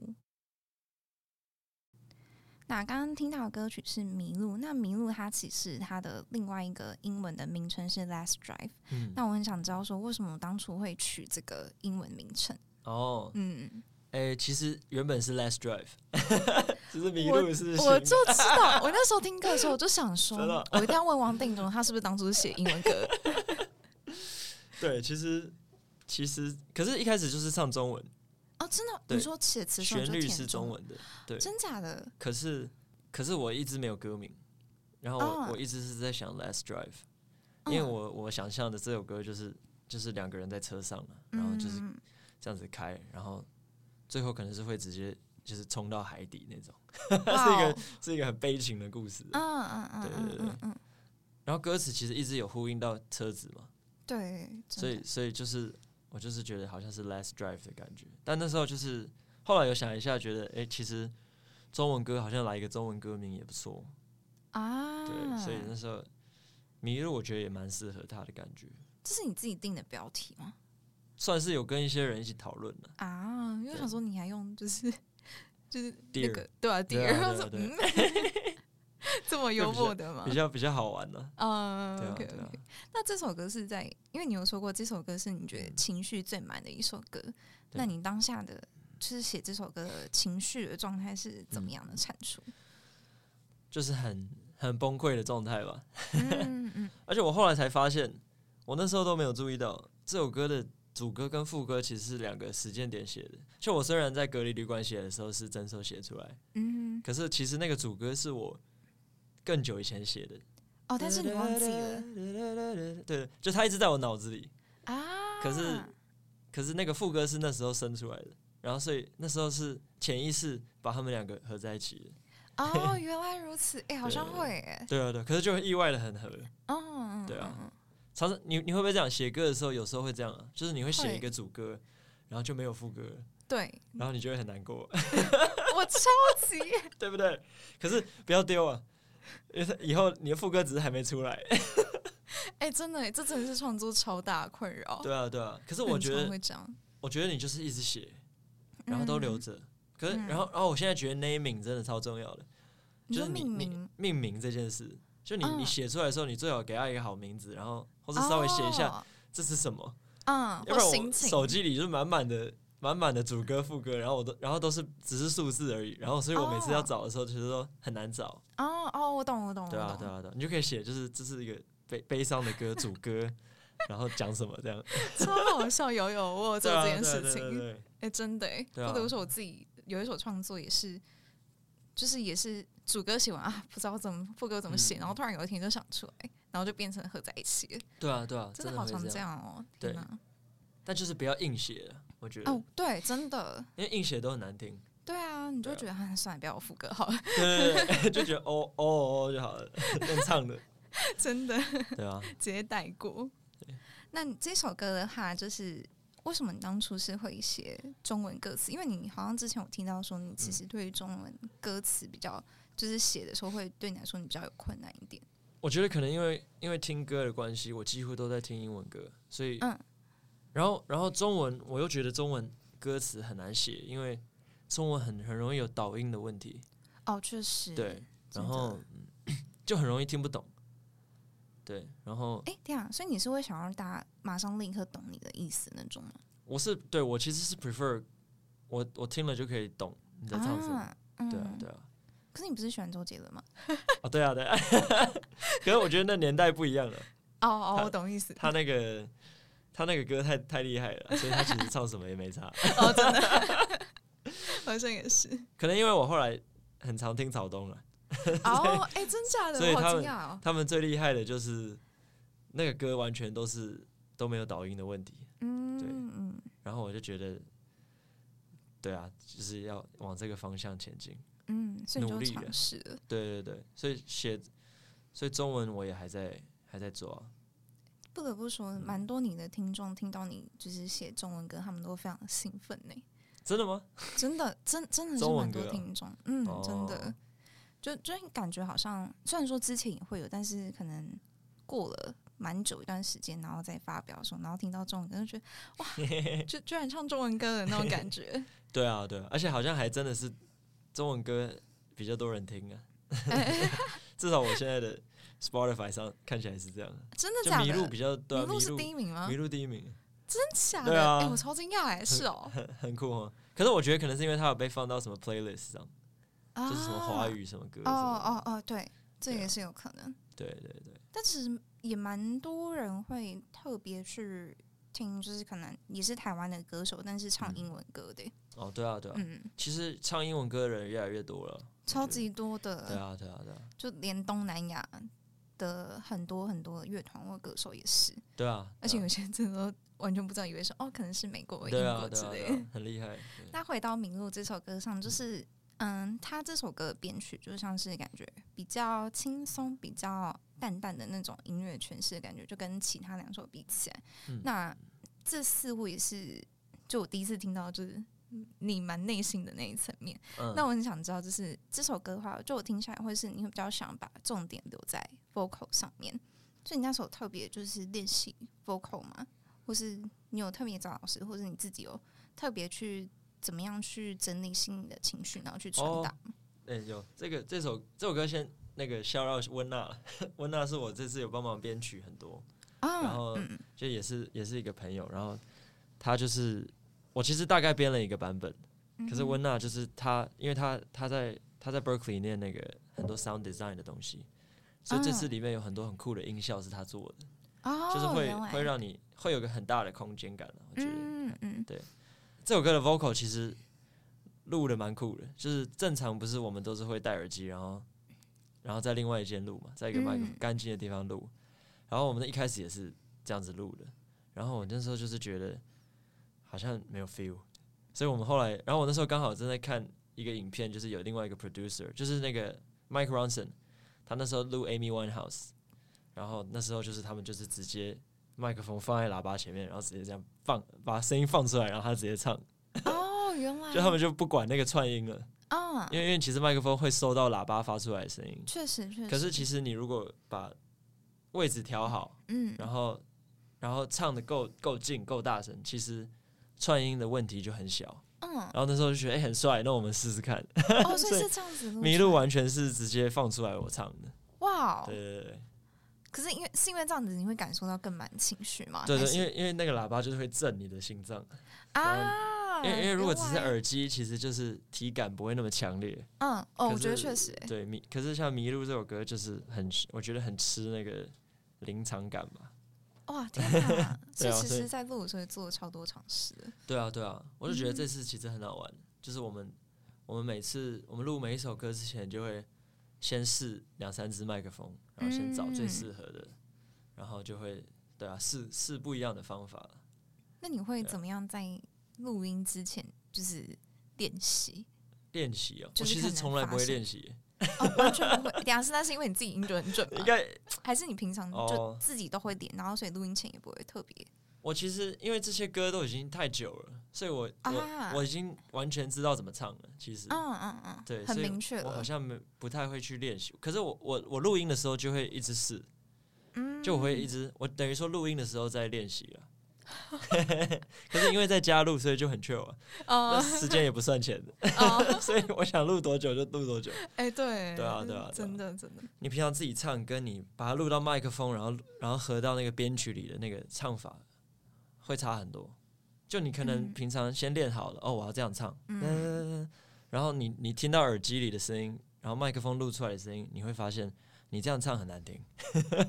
那刚刚听到的歌曲是《迷路》，那《迷路》它其实它的另外一个英文的名称是《Last Drive》。
嗯，
那我很想知道说，为什么我当初会取这个英文名称？
哦，
嗯，
哎、其实原本是 Last Drive，只是迷路是不
我
是？
就知道，我那时候听课的时候，我就想说
真的，
我一定要问王定中，他是不是当初是写英文歌？
对，其实其实可是一开始就是唱中文，
哦，真的，
对
你说写词的时候
旋
你就
律
填
是中，文的，对。
真假的？
可是可是我一直没有歌名，然后我、
哦
我一直是在想 Last Drive，
嗯
因为我我想象的这首歌就是就是两个人在车上嘛，然后就是
嗯
这样子开，然后最后可能是会直接就是冲到海底那种，
哇
是一
哦
个是一个很悲情的故事。
嗯嗯嗯
对
嗯
对对
嗯嗯，
然后歌词其实一直有呼应到车子嘛，
对，
所以所以就是我就是觉得好像是 Last Drive 的感觉，但那时候就是后来有想一下，觉得哎、诶其实中文歌好像来一个中文歌名也不错，
啊，
对，所以那时候迷路我觉得也蛮适合他的感觉，
这是你自己定的标题吗？
啊算是有跟一些人一起讨论了。
啊，因为我想说你还用就是 就是那
Dear
个对啊
对
Dear，
啊对啊啊
我说
对
嗯，这么幽默的吗
比？较比较好玩呢、
嗯
对啊
，OK
对啊
OK。那这首歌是在，因为你有说过这首歌是你觉
嗯
得情绪最满的一首歌，
啊
那你当下的就是写这首歌的情绪的状态是怎
嗯
么样的产 出？
就是很很崩溃的状态吧。
嗯嗯
而且我后来才发现，我那时候都没有注意到这首歌的主歌跟副歌其实是两个时间点写的。就我虽然在隔离旅馆写的时候是整首写出来，
嗯，
可是其实那个主歌是我更久以前写的。
哦，但是你忘记了
了。对，就它一直在我脑子里，
啊？
可是可是那个副歌是那时候生出来的，然后所以那时候是潜意识把他们两个合在一起的。
哦，原来如此，哎，好像
对
会哎，
对啊，对，可是就意外的很合。
嗯，嗯
对啊，
嗯嗯
常常你你会不会这样写歌的时候，有时候会这样、啊，就是你会写
会
一个主歌，然后就没有副歌了，
对，
然后你就会很难过，
我超级
对不对？可是不要丢啊，因为它以后你的副歌只是还没出来，
哎、真的耶，这真的是创作超大的困扰。
对啊对啊。可是
哦很
我觉
常
得
会，这样，
我觉得你就是一直写，然后都留着。可是
嗯
然后哦然后我现在觉得 naming 真的超重要的，
你
就
说
是你
命
你
名，
命名这件事，就你
嗯
你写出来的时候，你最好给它一个好名字，然后或是稍微写一下
哦，
这是什么。
嗯，
要
或
不然
心
我
情，
手机里就是满满的满满的主歌副歌，然后我都然后都是只是数字而已，然后所以我每次要找的时候，其实都很难找。
哦哦，我懂，我懂，
对
我懂
啊，对啊，对啊，你就可以写，就是这是一个悲悲伤的歌主歌， 然后讲什么这样。
超好笑，有有，我 有做
对啊
这件
对啊
事
对
情，哎、
对对对
真的、哎，
对啊
或者我说我自己有一首创作也是，就是也是主歌写完啊，不知道怎么副歌怎么写，
嗯
然后突然有一天就想出来，然后就变成合在一起了，
对啊，对啊，
真
的
好
会
常
这
样哦，
对
天哪，
但就是不要硬写了，我觉得，
哦，对，真的，
因为硬写都很难听。
对啊，你就会
对啊
觉得，啊，算了，不要有副歌好了，
对对对， 就觉得哦哦哦就好了， 用唱的。
真的。
对啊，
直接带过。那你这首歌的话，就是为什么你当初是会写中文歌词？因为你好像之前有听到说，你
嗯
其实对于中文歌词比较，就是写的时候会对你来说你比较有困难一点。
我觉得可能因为因为听歌的关系，我几乎都在听英文歌，所以，
嗯
然后然后中文我又觉得中文歌词很难写，因为中文很很容易有倒音的问题，
哦，确实。
对，
真
然
的
后嗯就很容易听不懂，对，然后
哎、对啊，所以你是会想让大家马上立刻懂你的意思那种吗？
我是对我其实是 prefer 我我听了就可以懂你在唱什么，
啊，嗯，
对啊对啊
可是你不是喜欢周杰伦吗？
啊对啊对 啊，可是我觉得那年代不一样了，
哦哦
他
我懂意 思。
他那个他那个歌太太厉害了，所以他其实唱什么也没差。
哦，真的，好像也是。
可能因为我后来很常听草东了，
哦，哎、真假的，
所以
我
他
好
们
惊讶哦。
他们最厉害的就是那个歌完全都是都没有导音的问题，
嗯
对
嗯。
然后我就觉得，对啊，就是要往这个方向前进。
嗯，所以你
努
就
力
尝
了
试了。
对对对，所以写，所以中文我也还在还在做、啊，
不得不说，
嗯
蛮多你的听众听到你就是写中文歌，他们都非常的兴奋呢、
真的吗？
真的，真真的是
中文
蛮多
歌啊
听众，嗯，真的
哦，
就就感觉好像虽然说之前也会有，但是可能过了蛮久一段时间，然后再发表的时候，然后听到中文歌，就觉得 哇，就居然唱中文歌的那种感觉。
对啊对啊，而且好像还真的是中文歌比较多人 听啊，至少我现在的 Spotify 上看起来是这样啊，
真的
就
假
迷
的？
路比较对、啊，
迷路是第
迷
一名吗
路迷？路第一名，
真假
对
的？
啊
哎、我超惊讶 哎，是哦，
很酷哦。可是我觉得可能是因为它有被放到什么 playlist 上，
啊
就是什么华语什么歌什
哦
么的。
哦哦，对，这
对啊
也是有可能。
对对对，
但其实也蛮多人会特别去听，就是可能也是台湾的歌手，但是唱
嗯
英文歌的，
哦对啊对啊，
嗯，
其实唱英文歌的人越来越多了。
超级多的，
对啊对啊对啊
就连东南亚的很多很多乐团或歌手也是，
对啊，
而且有些真的都完全不知道，以为是哦，可能是美国、英
对啊
国
对
之
啊对
类
啊
的。
对啊，很厉害。对
那回到《明路》这首歌上，就是嗯，他这首歌的编曲就像是感觉比较轻松、比较淡淡的那种音乐诠释的感觉，就跟其他两首比起来，
嗯
那这似乎也是就我第一次听到，就是你蛮内心的那一层面。
嗯
那我很想知道，就是这首歌的话，就我听下来，会是你会比较想把重点留在 vocal 上面，所以你那时候特别就是练习 vocal 吗？或是你有特别找老师，或是你自己有特别去怎么样去整理心里的情绪，然后去传达？
哎、有这个这首这首歌先那个 shout out 温娜， 温娜是我这次有帮忙编曲很多，然
啊，
后
嗯，
就也是也是一个朋友，然后他就是我其实大概编了一个版本，
嗯
可是温娜就是他，因为他他在他在 Berkeley 念那个很
哦
多 sound design 的东西，所以这次里面有很多很酷的音效是他做的，
哦，
就是会
原来
会让你会有个很大的空间感、啊、我觉得。
嗯嗯
这首歌的 vocal 其实录的蛮酷的，就是正常不是我们都是会戴耳机，然后然后在另外一间录嘛，在一个麦克
嗯
干净的地方录，然后我们一开始也是这样子录的，然后我那时候就是觉得好像没有 feel，所以我们后来，然后我那时候刚好正在看一个影片，就是有另外一个 producer，就是那个 Mike Ronson，他那时候录 Amy Winehouse，然后那时候就是他们就是直接麦克风放在喇叭前面，然后直接这样放，把声音放出来，然后他直接唱，
哦，原来
就他们就不管那个串音了，
啊，
因为因为其实麦克风会收到喇叭发出来的声音，
确实确实，
可是其实你如果把位置调好，
嗯
然后然后唱的够够近够大声，其实串音的问题就很小。
嗯
然后那时候就觉得哎、诶很帅，那我们试试看。
哦，所以是这样子出来
麋鹿完全是直接放出来我唱的，
哇哦
啊对，对对
可是因为是因为这样子，你会感受到更满情绪吗？
对
还
对，
是
因为因为那个喇叭就是会震你的心脏，
啊，
因为因为如果只
原
是
来
耳机，其实就是体感不会那么强烈。
嗯哦，
可
我觉得
是
确实欸，
对，迷可是像《迷路》这首歌就是很，我觉得很吃那个临场感吧。
哇天哪！所
对
以
啊
其
所以
实，在录的时候做了超多尝试的，
对啊，对啊，我就
嗯
觉得这次其实很好玩，就是我们我们每次我们录每一首歌之前，就会先试两三支麦克风，然后先找最
嗯
适合的，然后就会对啊，试试不一样的方法。
那你会
对啊
怎么样在录音之前就是练习？
练习哦，我
就是
其
看
实
能
从来
发
不会
现
练习，
哦，完全不会。等一下是那是因为你自己音准很准
应
吗？
该
还是你平常就
哦
自己都会点，然后所以录音前也不会特别
我其实因为这些歌都已经太久了，所以我我、
啊
我已经完全知道怎么唱了。其实，
嗯嗯嗯，
对，
很
所以
明确
我好
了。
像没不太会去练习，可是我我我录音的时候就会一直试，
嗯，
就我会一直我等于说录音的时候在练习了。 可是因为在家录，所以就很 chill 啊，那
哦
时间也不算钱的，
哦，
所以我想录多久就录多久。
哎对，
对啊对啊对啊
真的真的，
你平常自己唱，跟你把它录到麦克风，然后然后合到那个编曲里的那个唱法，会差很多。就你可能
嗯
平常先练好了，哦，我要这样唱，
嗯
嗯，然后你你听到耳机里的声音，然后麦克风录出来的声音，你会发现你这样唱很难听。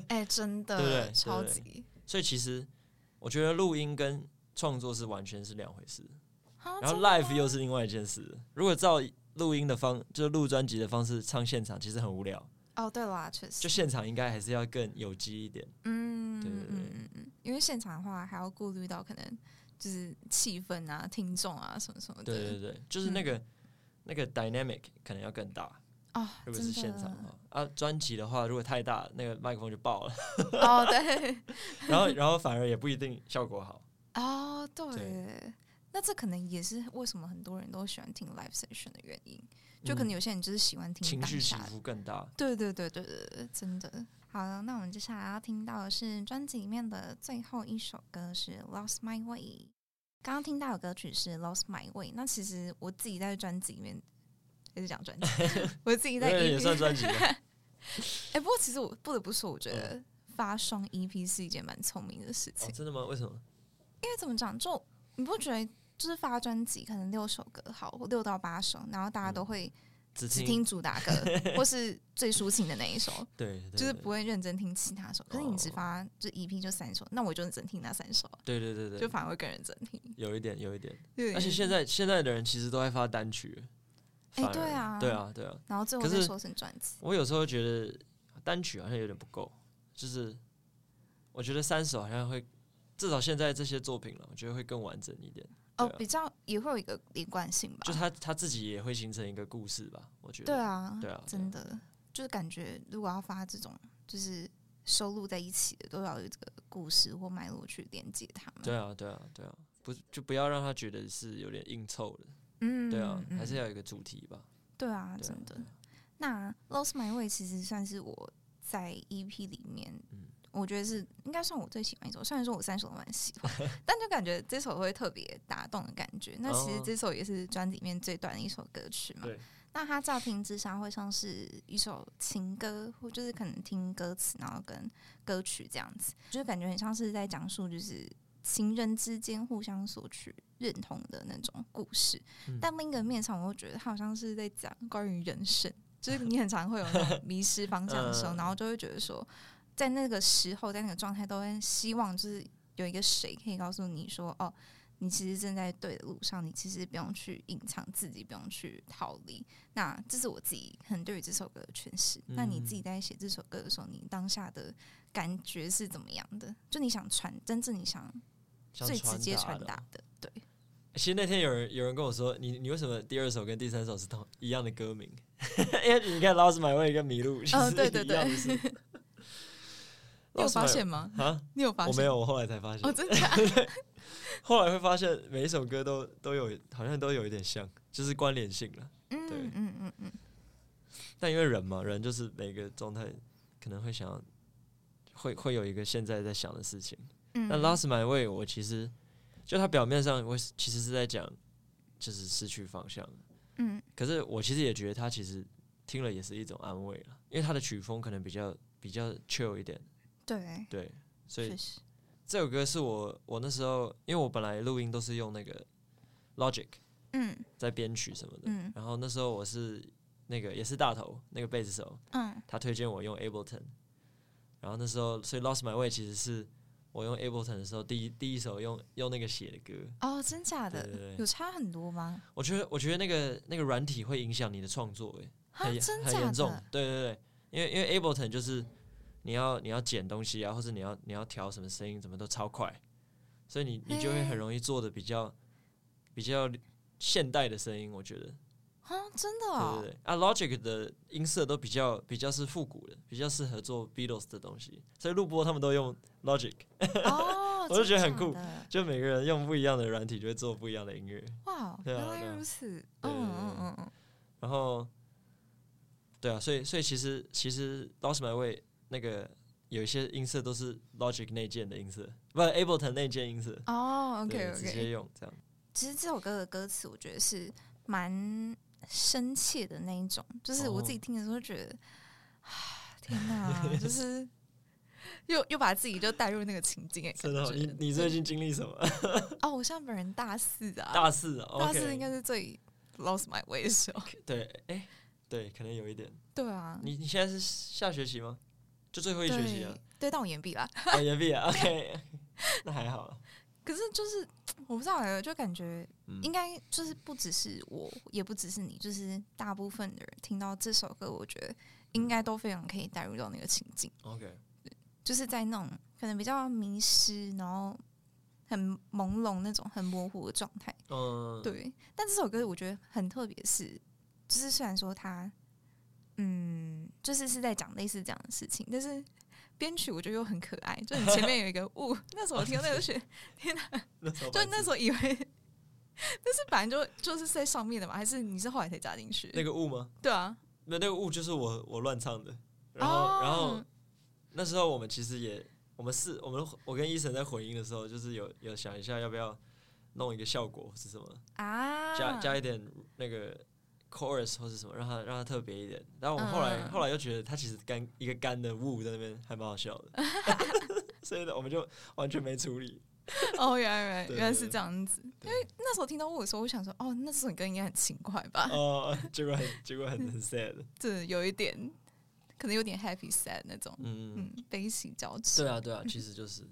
哎真
对不
的
对
超
对不对
级。
所以其实我觉得录音跟创作是完全是两回事，
啊
然后 live 又是另外一件事。如果照录音的方，就是录专辑的方式唱现场，其实很无聊。
哦对啦，确
就
实，
现场应该还是要更有机一点。
嗯，
对对
嗯
对
嗯嗯嗯，因为现场的话还要顾虑到可能就是气氛啊、听众啊什么什么的。
对对对，就是
嗯
那个、那个 dynamic 可能要更大。
哦，
如果
真的
是现场的话，啊，专辑的话，如果太大，那个麦克风就爆了，
哦，对，
然后然后反而也不一定效果好。
哦对
对
那这可能也是为什么很多人都喜欢听 live session 的原因， 就可能
嗯
有嗯些人就是喜欢听
情
当
绪起
下的
伏更大。
对对对对对对，真的。好了，那我们接下来要听到的是专辑里面的最后一首歌是《Lost My Way》。刚刚听到的歌曲是《Lost My Way》，那其实我自己在专辑里面也是讲专辑， 我自己在 EP
对也算专辑吧 嗯
哎、不过其实我不得不说，我觉得发双 EP E 是一件蛮聪明的事
哦
情，，
真的吗？为什么？
因为怎么讲，就你不觉得就是发专辑可能六首歌好，六到八首，然后大家都会
嗯只
只
听
听主打 歌或是最抒情的那一首，
对，对
就是
对
不会认真听其他首。可是你只
哦
发就 EP 就三首，那我就只听那三首啊，
对对对
就
对，
反而会更认真听。
有一点有一点。
对
而且现在现在的人其实都爱发单曲，
哎
反而
对啊
对啊对啊。
然后最后
可
再
是
说成专辑，
我有时候觉得单曲好像有点不够，就是我觉得三首好像会，至少现在这些作品了，我觉得会更完整一点。
哦，
对啊
比较也会有一个连贯性吧
就。他他自己也会形成一个故事吧，我觉得。
对啊，
对啊
真的就是感觉，如果要发这种就是收录在一起的，都要有这个故事或脉络去连接它们。
对啊，对啊，对啊，不就不要让他觉得是有点硬凑的，
嗯，
对啊，还
嗯
是要有一个主题吧。
对啊，
对啊
真的
对啊。
那 Lost My Way 其实算是我在 EP 里面，
嗯
我觉得是应该算我最喜欢一首。虽然说我三首都蛮喜欢， 但就感觉这首会特别打动的感觉。那其实
哦
这首也是专辑里面最短的一首歌曲嘛。
对
那它乍听之下会像是一首情歌，或就是可能听歌词，然后跟歌曲这样子，就是感觉很像是在讲述就是情人之间互相索取认同的那种故事。
嗯
但另一个面上，我又觉得他好像是在讲关于人生，就是你很常会有那种迷失方向的时候，
嗯
然后就会觉得说，在那个时候，在那个状态，都会希望就是有一个谁可以告诉你说，哦，你其实正在对的路上，你其实不用去隐藏自己，不用去逃离。那这是我自己很对于这首歌的诠释。那你
嗯
自己在写这首歌的时候，你当下的感觉是怎么样的？就你想传，真正你想
像
最直接传
的
达的，对。
其实那天有人有人跟我说，你你为什么第二首跟第三首是同一样的歌名？ 因为你看《Lost My Way》跟《迷路》其
嗯
实
对对
一样的事
你有
Lost
发
My-
现吗？
啊？
你有发
我
现？
没有，我后来才发现
哦，，真的 啊
后来会发现每一首歌都都有好像都有一点像，就是关联性了。
嗯
对
嗯嗯嗯嗯，
但因为人嘛，人就是每个状态可能会想要，会会有一个现在在想的事情。
嗯
那《Lost My Way》，我其实就它表面上我是其实是在讲，就是失去方向。
嗯
可是我其实也觉得它其实听了也是一种安慰了，因为它的曲风可能比较比较 chill 一点，
对，
对，所以
确实，
这首歌是我我那时候，因为我本来录音都是用那个 Logic
嗯
在编曲什么的，
嗯
然后那时候我是那个也是大头那个贝斯手，
嗯
他推荐我用 Ableton，然后那时候所以 Lost My Way 其实是我用 Ableton 的时候第一第一首用用那个写的歌，
哦，真假的
对对对
有差很多吗？
我觉得我觉得那个那个软体会影响你的创作、欸，
啊，
很
真
很
假
严重
的，，
对对对，因为因为 Ableton 就是你要你要剪东西啊，或者你要你要调什么声音，怎么都超快，所以你你就会
嘿
很容易做的比较比较现代的声音，我觉得，
啊，真的
对
哦
对，对，啊 Logic 的音色都比较比较是复古的，比较适合做 Beatles 的东西，所以录播他们都用 Logic，，
哦
我就觉得很
真假
酷
的
就每个人用不一样的软体就会做不一样的音乐，
哇，
对啊
原
对
来
啊
如此，嗯
对对
嗯嗯嗯，
然后，对啊，所以所以其实其实 Lost My Way 那个有一些音色都是 Logic 内建的音色，不 Ableton 内建音色。
嗯哦
对
，OK
直接
OK，
用这样。
其实这首歌的歌词我觉得是蛮深切的那一种，就是我
哦
自己听的时候就觉得，啊，天 哪，就是又又把自己就带入那个情境的
真
感
的哦，
觉，
你你最近经历什么？
哦，我现在本人大四啊，
大四啊
大
，OK，
四应该是最 lost my way 的时 候。
对，哎、对，可能有一点。
对啊，
你你现在是下学期吗？就最后一学期啊
对，对，但我延毕啦。
哦，延毕啊，OK，那还好啊。
可是就是我不知道哎、就感觉
嗯
应该就是不只是我，也不只是你，就是大部分的人听到这首歌，我觉得应该都非常可以带入到那个情境，
OK，
就是在那种可能比较迷失，然后很朦胧那种很模糊的状态。
嗯，，
对，但这首歌我觉得很特别，是就是虽然说它，嗯，就是是在讲类似这样的事情，但是编曲我觉得又很可爱。就你前面有一个雾， 那时候我听到那个学，天哪！
那时候
就
白
那
痴
时候以为， 但是反正就就是在上面的嘛，还是你是后来才加进去？
那个雾吗？
对啊，
那那个雾就是我我乱唱的，然后、
哦
然后那时候我们其实也我们是我们我跟医生在混音的时候，就是有有想一下要不要弄一个效果是什么，
啊，
加加一点那个 chorus 或是什么，让它让它特别一点。然后我们后来、
嗯
后来又觉得它其实干 一个干的雾在那边还蛮好笑的，所以呢我们就完全没处理。
哦，原来原来
对
原来是这样子。因
对
为那时候听到我的时候，我想说，哦，那这首歌应该很轻快 吧？
哦，结果很结果 很很 sad，
这有一点，可能有点 happy sad 那种，
嗯，
嗯，悲喜交织。
对啊对啊，其实就是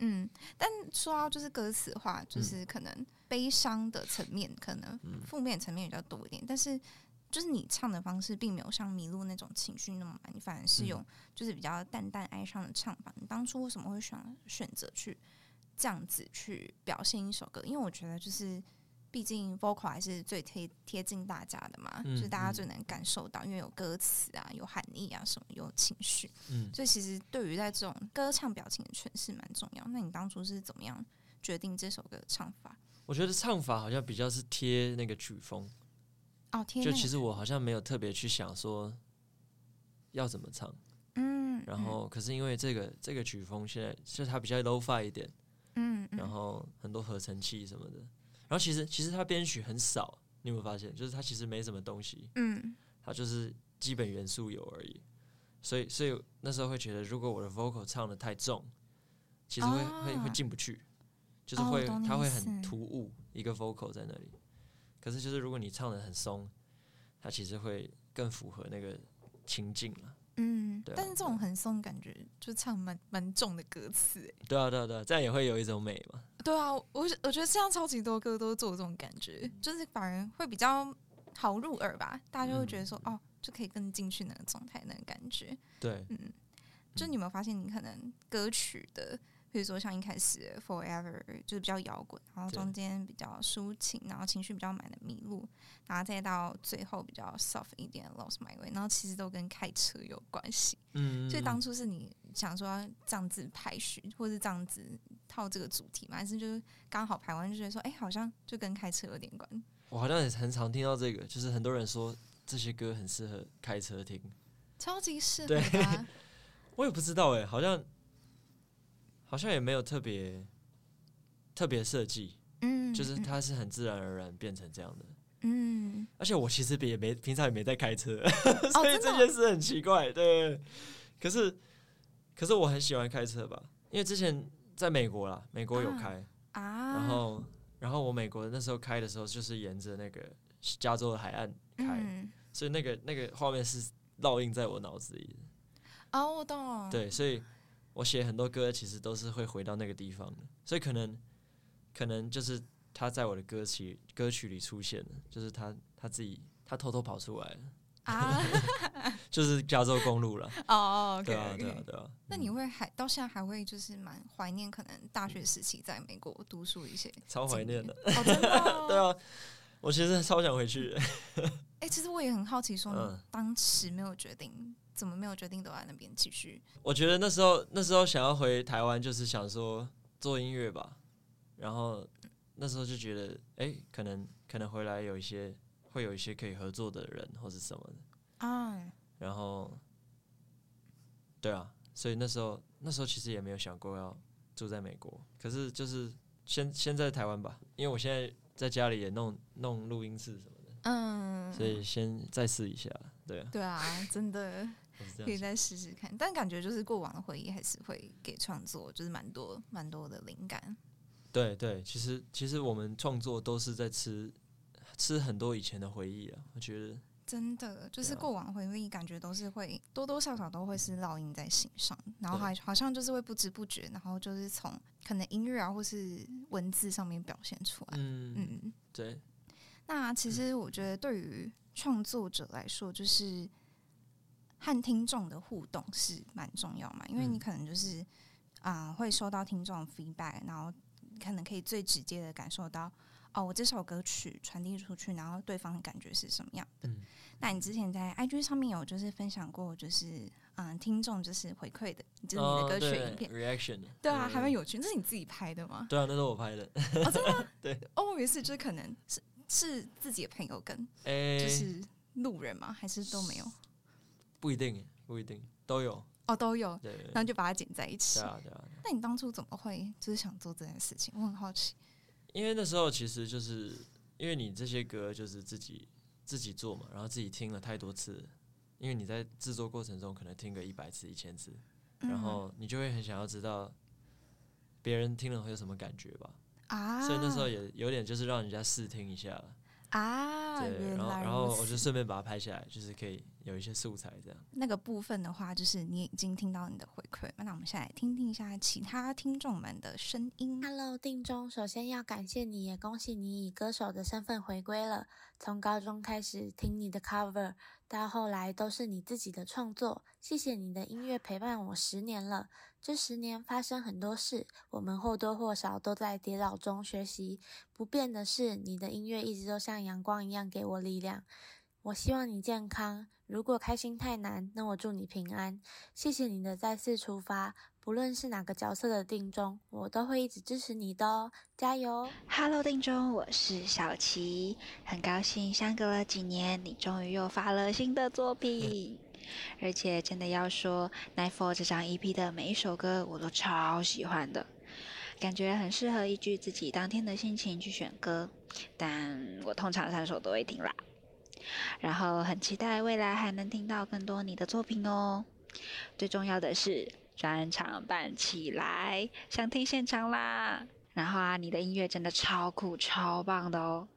嗯，但说到就是歌词的话，
嗯
就是可能悲伤的层面，可能负面层面比较多一点，但是。就是你唱的方式，并没有像迷路那种情绪那么满，你反而是
嗯
用就是比较淡淡哀伤的唱法。你当初为什么会选选择去这样子去表现一首歌？因为我觉得就是，毕竟 vocal 还是最贴贴近大家的嘛，
嗯
就是大家
嗯
最能感受到，因为有歌词啊，有含义啊，什么有情绪。
嗯
所以其实对于在这种歌唱表情的诠释蛮重要。那你当初是怎么样决定这首歌的唱法？
我觉得唱法好像比较是贴那个曲风，
哦，天
就
呐，
其实我好像没有特别去想说要怎么唱，
嗯，
然后可是因为这个这个曲风现在就是它比较 low fi 一点，
嗯，嗯
然后很多合成器什么的，然后其实其实它编曲很少，你有没有发现？就是它其实没什么东西，
嗯
它就是基本元素有而已，所以所以那时候会觉得，如果我的 vocal 唱的太重，其实会、会
啊
会进不去，就是
哦我
会、
懂你
它
意
会
思
很突兀一个 vocal 在那里。可是就是如果你唱的很松，它其实会更符合那个情境了。
嗯
对啊
但是这种很松的感觉，就唱蛮蛮重的歌词欸。
对啊，对啊，对啊，这样也会有一种美嘛。
对啊，我我觉得这样超级多歌都做这种感觉，
嗯
就是反而会比较好入耳吧，大家就会觉得说，
嗯
哦，就可以更进去那个状态，那个感觉。
对，
嗯，就你有没有发现，你可能歌曲的，比如说像一开始《Forever》就是比较摇滚，然后
对
中间比较抒情，然后情绪比较满的《迷路》，然后再到最后比较 soft 一点的《Lost My Way》，然后其实都跟开车有关系。
嗯，
所以
嗯
当初是你想说要这样子排序，或是这样子套这个主题吗？还是就是刚好排完就觉得说，哎、好像就跟开车有点关？
我好像也很常听到这个，就是很多人说这些歌很适合开车听。
超级适合
对
的 啊、
我也不知道哎、好像好像也没有特别特别设计，
嗯，
就是
嗯
它是很自然而然变成这样的。
嗯，
而且我其实也没平常也没在开车，
哦，
所以
真的哦
这件事很奇怪。对，可是可是我很喜欢开车吧，因为之前在美国啦，美国有
啊
开，
啊，
然后然后我美国那时候开的时候就是沿着那个加州的海岸开，
嗯。
所以那个那个画面是烙印在我脑子里的。
哦，我懂。，
对，所以我写很多歌其实都是会回到那个地方的，所以可能可能就是他在我的歌曲歌曲里出现了，就是他他自己他偷偷跑出来了，
啊，
就是加州 公路了，
哦，OK，,
对啊
o
对啊对啊。
那你
嗯
会还到现在还会就是蛮怀念可能大学时期在美国读书 一些经历，
超怀念的，，
哦，真的、哦
对。啊，我其实超想回去的，
哎、其实我也很好奇，说
嗯
你当时没有决定，怎么没有决定留在那边继续？
我觉得那时候那时候想要回台湾，就是想说做音乐吧，然后那时候就觉得，哎、可能可能回来有一些会有一些可以合作的人或是什么的，
啊，
然后，对啊，所以那时候那时候其实也没有想过要住在美国，可是就是先先在台湾吧，因为我现在在家里也弄弄录音室什么
嗯
的，，所以先再试一下，对啊，
对啊，真的
我是这
可以
样想。
再试试看。但感觉就是过往的回忆还是会给创作就是蛮多蛮多的灵感。
对对，其实其实我们创作都是在吃吃很多以前的回忆啊，我觉得
真的，就是
对啊
过往回忆，感觉都是会多多少少都会是烙印在心上，然后
对
还好像就是会不知不觉，然后就是从可能音乐啊或是文字上面表现出来。
嗯
嗯，
对，
那
嗯
其实我觉得对于创作者来说，就是和听众的互动是蛮重要嘛，因为
嗯
你可能就是啊、会收到听众的 feedback，然后可能可以最直接的感受到哦，我这首歌曲传递出去，然后对方的感觉是什么样的。
嗯
那你之前在 IG 上面有就是分享过，就是嗯、听众就是回馈的，嗯就是
哦
你的歌曲影片。
reaction，
对啊，还蛮
有
有趣。这是你自己拍的吗？
对啊，那是我拍的，
哦，真的吗？
对。
哦，我也是，就是可能是是自己的朋友跟
哎、
就是路人吗？还是都没有？
不一定不一定都有，
哦，都有，
对对对
然后就把它剪在一起
对。啊对啊。
那你当初怎么会就是想做这件事情？我很好奇。
因为那时候其实就是因为你这些歌就是自己自己做嘛，然后自己听了太多次了，因为你在制
嗯
作过程中可能听个一百次、一千次，然后你就会很想要知道
别人听了会有什么感觉吧。
啊，
所以那时候也有点就是让人家试听一下了，
啊，
对，
原
然后
来
然
如
后我
此
就顺便把它拍下来，就是可以有一些素材这样。
那个部分的话，就是你已经听到你的回馈了，那我们现在来听听一下其他听众们的声音。
Hello，定中，首先要感谢你，也恭喜你以歌手的身份回归了。从高中开始听你的 cover，到后来都是你自己的创作。谢谢你的音乐陪伴我十年了。这十年发生很多事，我们或多或少都在跌倒中学习。不变的是，你的音乐一直都像阳光一样给我力量。我希望你健康。如果开心太难，那我祝你平安。谢谢你的再次出发，不论是哪个角色的定中，我都会一直支持你的哦，加油哦！
Hello，定中，我是小琪，很高兴相隔了几年，你终于又发了新的作品。而且真的要说，《Nightfall》这张 EP 的每一首歌我都超喜欢的，感觉很适合依据自己当天的心情去选歌，但我通常三首都会听啦。然后很期待未来还能听到更多你的作品哦。最重要的是，专场办起来，想听现场啦！然后啊，你的音乐真的超酷、超棒的哦，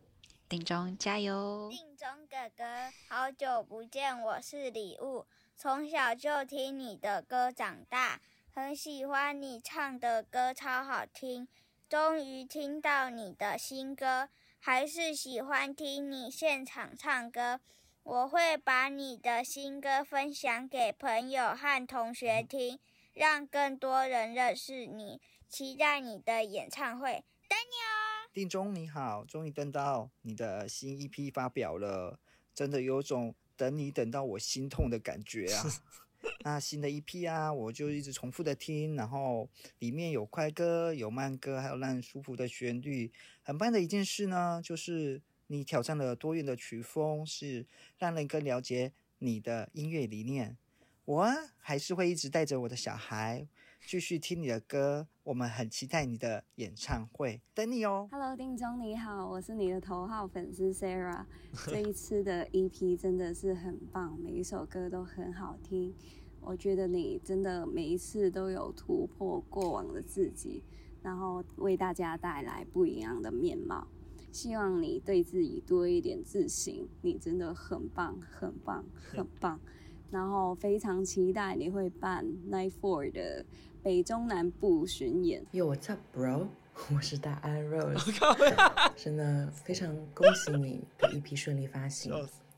顶中加油！
定中哥哥，好久不见，我是礼物，从小就听你的歌长大，很喜欢你唱的歌，超好听。终于听到你的新歌，还是喜欢听你现场唱歌。我会把你的新歌分享给朋友和同学听，让更多人认识你。期待你的演唱会。
定中你好，终于等到你的新 EP 发表了，真的有种等你等到我心痛的感觉啊！那新的 EP 啊，我就一直重复的听，然后里面有快歌、有慢歌，还有让人舒服的旋律。很棒的一件事呢，就是你挑战了多元的曲风，是让人更了解你的音乐理念。我啊，还是会一直带着我的小孩继续听你的歌，我们很期待你的演唱会，等你哦。
Hello，丁中你好，我是你的头号粉丝 Sarah。这一次的 EP 真的是很棒，每一首歌都很好听。我觉得你真的每一次都有突破过往的自己，然后为大家带来不一样的面貌。希望你对自己多一点自信，你真的很棒，很棒，很棒。然后非常期待你会办 Night Four 的北中南部巡演。
Yo, what's up, bro？我 是大安 Rose，
靠
真的非常恭喜你的 EP 顺利发行。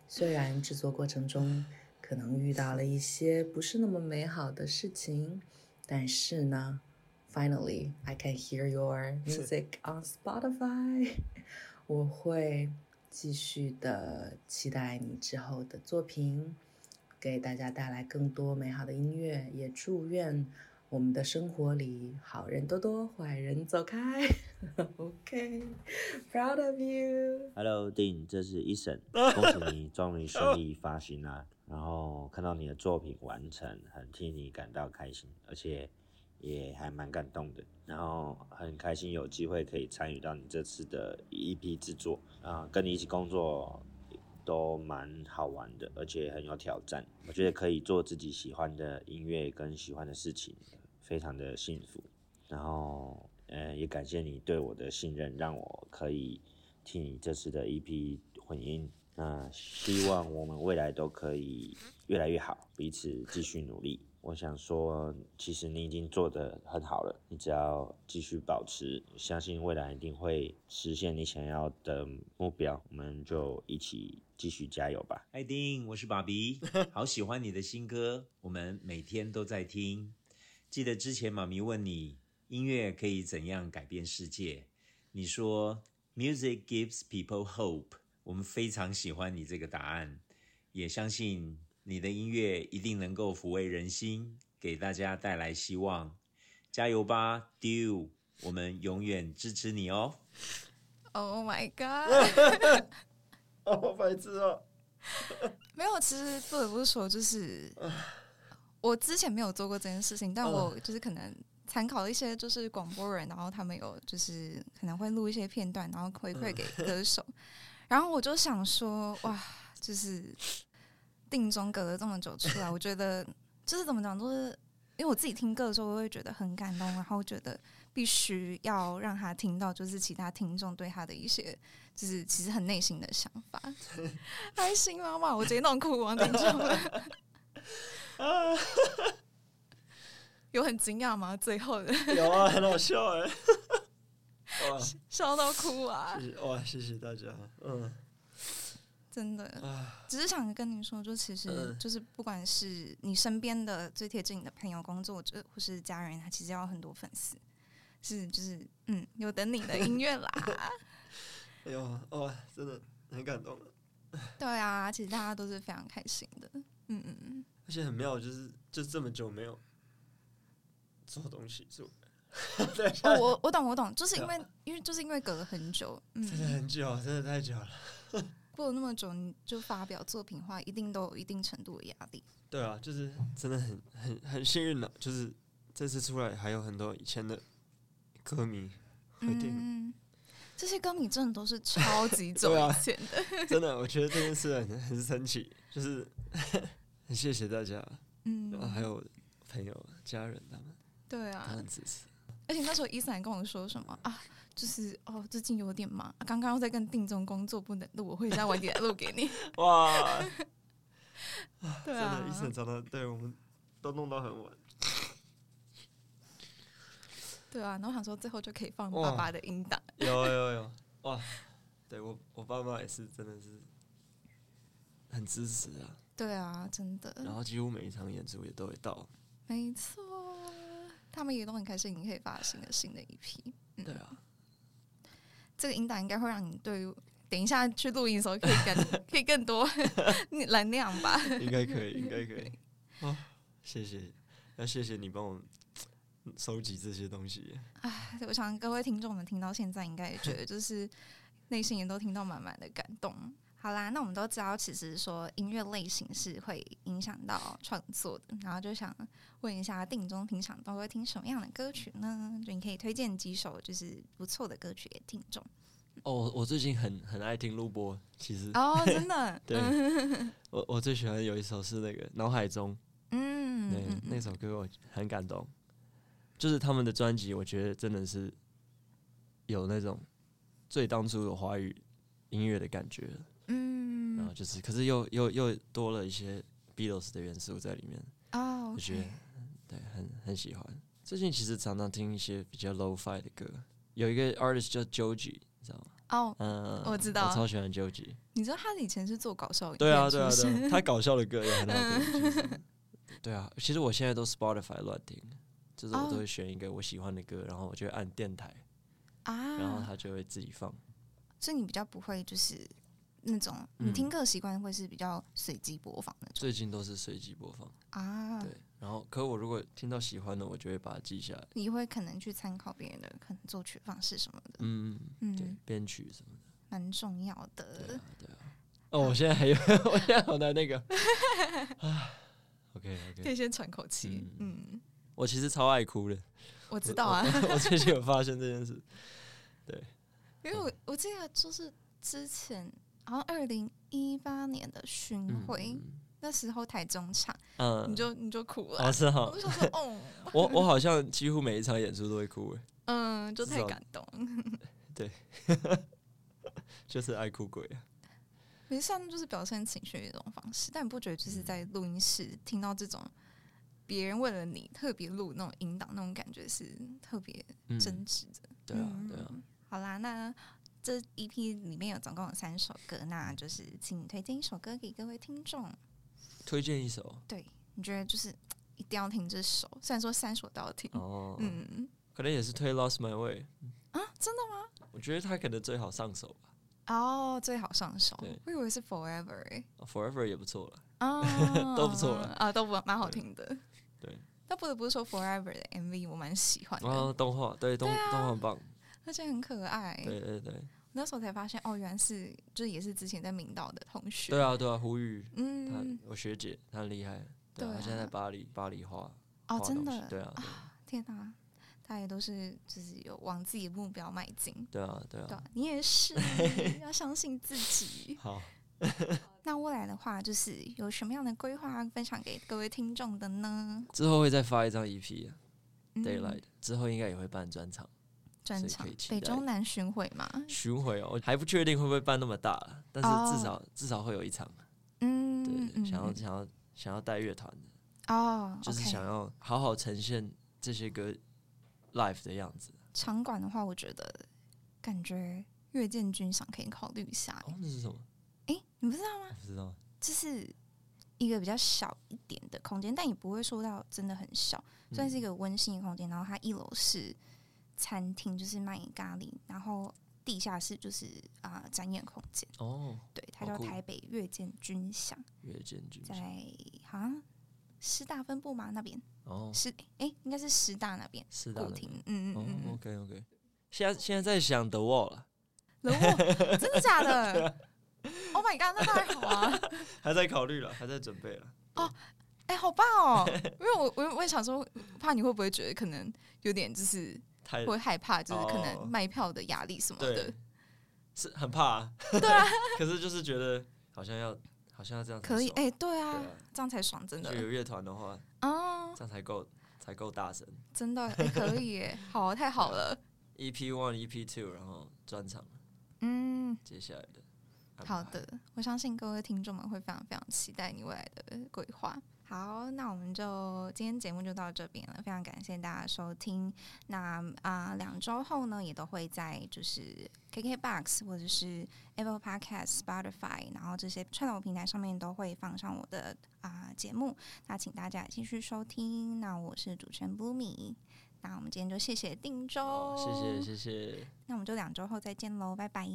虽然制作过程中可能遇到了一些不是那么美好的事情，但是呢，finally I can hear your music on Spotify。我会继续的期待你之后的作品，给大家带来更多美好的音乐，也祝愿我们的生活里好人多多，坏人走开。OK，proud、of you。
Hello，电影，这是一审，恭喜你终于顺利发行啦、然后看到你的作品完成，很替你感到开心，而且也还蛮感动的。然后很开心有机会可以参与到你这次的 EP 制作啊、跟你一起工作都蛮好玩的，而且很有挑战。我觉得可以做自己喜欢的音乐跟喜欢的事情，非常的幸福。然后，呃，也感谢你对我的信任，让我可以替你这次的 EP 混音。那希望我们未来都可以越来越好，彼此继续努力。我想说，其实你已经做得很好了，你只要继续保持，相信未来一定会实现你想要的目标。我们就一起继续加油吧！
嗨丁，我是爸 比，好喜欢你的新歌，我们每天都在听。记得之前妈咪问你，音乐可以怎样改变世界？你说 “Music gives people hope”，我们非常喜欢你这个答案，也相信你的音乐一定能够抚慰人心，给大家带来希望。加油吧，Do！我们永远支持你哦。
Oh my god！
哦，白痴哦，
没有，其实不得不说，就是我之前没有做过这件事情，但我就是可能参考一些就是广播人，然后他们有就是可能会录一些片段，然后回馈给歌手，然后我就想说，哇，就是定中隔了这么久出来，我觉得就是怎么讲，就是因为我自己听歌的时候，我会觉得很感动，然后觉得必须要让他听到，就是其他听众对他的一些，就是其实很内心的想法。开心妈妈，我直接弄哭王听众 了。有很惊讶吗？最后的
有啊，很好笑哎、 哇，
笑到哭啊！
谢谢哇，谢谢大家，嗯，
真的，只是想跟你说，就其实
嗯
就是不管是你身边的最贴近你的朋友、工作者或是家人，他其实要很多粉丝，是就是嗯，有等你的音乐 啦。
哎呦，哇，真的很感动，
对啊，其实大家都是非常开心的。嗯嗯 嗯，
而且很妙，就是就这么久没有做东西做，
哦我我懂我懂，就是因为因为就是因为隔了很久，
真的
嗯，
很久，真的太久了。
过了那么久，你就发表作品的话，一定都有一定程度的压力。
对啊，就是真的很很很幸运的、就是这次出来还有很多以前的歌 迷和电影，
嗯，这些歌迷真的都是超 级久
对啊
以前的。
真的，我觉得这件事很很神奇，就是 很谢谢大家，然后
嗯，
啊还有我嗯的朋友、家人他们，
对
他
啊
们，支 持。
而且那时候伊森还跟我说什么啊，就是哦，最近有点忙，刚刚在跟定中工作不能录，我会再晚点录给 你。
哇，真
对啊
的，医，生常常对我们都弄到 很晚。
对啊，然后想说最后就可以放
哇
爸爸的音档。
有有有，哇，对我我爸妈也是真的是很支持啊，
对啊，真的。
然后几乎每一场演出也都会到。
没错，他们也都很开心，你可以发行了新的一批。
对
嗯
啊，
这个引导应该会让你对于等一下去录音的时候可以 更可以更多 能量吧？
应该可以，应该可以。哦，谢谢，要谢谢你帮我收集这些东西。
哎，我想各位听众们听到现在，应该也觉得就是内心也都听到满满的感动。好啦，那我们都知道，其实说音乐类型是会影响到创作的，然后就想问一下定中平常都会听什么样的歌曲呢？就你可以推荐几首就是不错的歌曲给听 众。
哦，我最近很很爱听录播，其实
哦，真的，
对 我我最喜欢有一首是那个《脑海中》，
嗯，
对
嗯，
那首歌我很感动，就是他们的专辑，我觉得真的是有那种最当初的华语音乐的感觉，然后
嗯，
就是，可是又又又多了一些 Beatles 的元素在里面，
哦，
我觉得对很很喜欢。最近其实常常听一些比较 low-fi 的歌，有一个 artist 叫 Joji，你知道吗？
哦，
嗯，
我知道
我超喜欢 Joji。
你知道他以前是做搞笑音乐
对啊，对啊，
出嗯
对
身
啊，他搞笑的歌也很好听。其实对啊，其实我现在都 Spotify 乱听，就是我
哦
都会选一个我喜欢的歌，然后我就会按电台，然后
啊，
它就会自己放。
所以你比较不会就是那种你
嗯
听歌习惯会是比较随机播放那种
最近都是随机播放，
啊，
对。然后，可我如果听到喜欢的，我就会把它记下来。
你会可能去参考别人的可能作曲方式什么的，
嗯，对
嗯，，
编曲什么的。
蛮重要
对
的
啊。，对啊。哦，我现在还有， 我现在好难 那个。OK
可
OK，
以先喘口气，嗯，
我其实超爱哭的，
我知道啊，
我最近有发现这件 事。啊
因为我我记得就是之前好像二零一八年的巡
嗯
回，那时候台中场，
嗯，
你就你就哭了，
哦是哈
我， 就想说，哦，
我我好像几乎每一场演出都会哭，欸诶，
嗯，就太
至少
感动了。
就是爱哭鬼啊。
没事啊，那就是表现情绪的一种方式。但你不觉得
嗯
就是在录音室听到这种别人为了你特别录那种引导那种感觉是特别
嗯，
真嗯挚的？
对啊，对啊。
好啦，那这一批里面有总共有三首歌，那就是请你推荐一首歌给各位听众。
推荐一首
对，你觉得就是一定要听这首，虽然说三首都要听。
哦，
嗯
可能也是推《Lost My Way》，
啊，真的吗？
我觉得他可能最好上手吧，
哦，最好上手
对。
我以为是 Forever 欸
《Forever》也不错了。
啊
都不错啦
啊，都不蛮好听的。
对，
但不得不说，Forever 的 MV 我蛮喜欢的，
哦，动画对动
啊
动画很棒，
而且很可爱。
对对对
那时候才发现，哦，原来是就是也是之前在明道的同学。
对啊对啊，呼吁他
嗯，
我学姐，她很厉害，对
对
啊，
啊
她现在在巴黎巴黎画
哦，
画
真
东西
的，
对啊对
天哪、大家也都是就是有往自己的目标迈进。
对啊对
对
啊
啊，，你也 是要相信自己。
好，
那未来的话，就是有什么样的规划分享给各位听众的呢？
之后会再发一张 EP，啊
嗯
Daylight、之后应该也会办专场，
专
所以
场
可以期
北
待
中南巡回嘛，
巡回哦，我还不确定会不会办那么大了，但是至少、至少会有一场。
嗯，
对，
哦嗯嗯
想要想要想要带乐团的，
哦，
就是
OK
想要好好呈现这些歌 live 的样子。
场馆的话，我觉得感觉月见军赏可以考虑一下。
哦，那是什么？
诶，你不知道吗？
我不知道。
就是一个比较小一点的空间，但也不会说到真的很小，算
嗯
是一个温馨的空间。然后它一楼是餐厅，就是卖咖喱，然后地下室就是啊、展演空间。
哦，
对，它
好
叫
酷
台北月见军享，
乐见军
在好像师大分部嘛那边
哦，
师诶，应该是师大那边
是的
古。亭，嗯嗯
哦
嗯嗯，
，OK OK。现在现在在想 The Wall 了，
楼、哦、真的假的？Oh my god，那当然好啊！
还在考虑了，还在准备了。
哎、好棒哦！因为我我我也想说，怕你会不会觉得可能有点就是
太
会害怕，就是可
呃哦
能卖票的压力什么的
对。，是很怕、啊。
对啊，
可是就是觉得好像要好像要这样才
可以
爽
哎、对啊，
对啊
这样才爽，真的
就有乐团的话，
啊、
这样才够才够大声。
真的哎、可以耶，好，太好了，
EP One、EP Two，然后专场
嗯，
接下来的安排。
好的，我相信各位听众们会非常非常期待你未来的规划。好，那我们就今天节目就到这边了，非常感谢大家收听。那啊，两、周后呢，也都会在就是 KKBox 或者是 Apple Podcast、Spotify，然后这些串流平台上面都会放上我的啊、节目。那请大家继续收听。那我是主持人 Boomy，那我们今天就谢谢定州，
好，谢谢谢谢。
那我们就两周后再见喽，拜拜。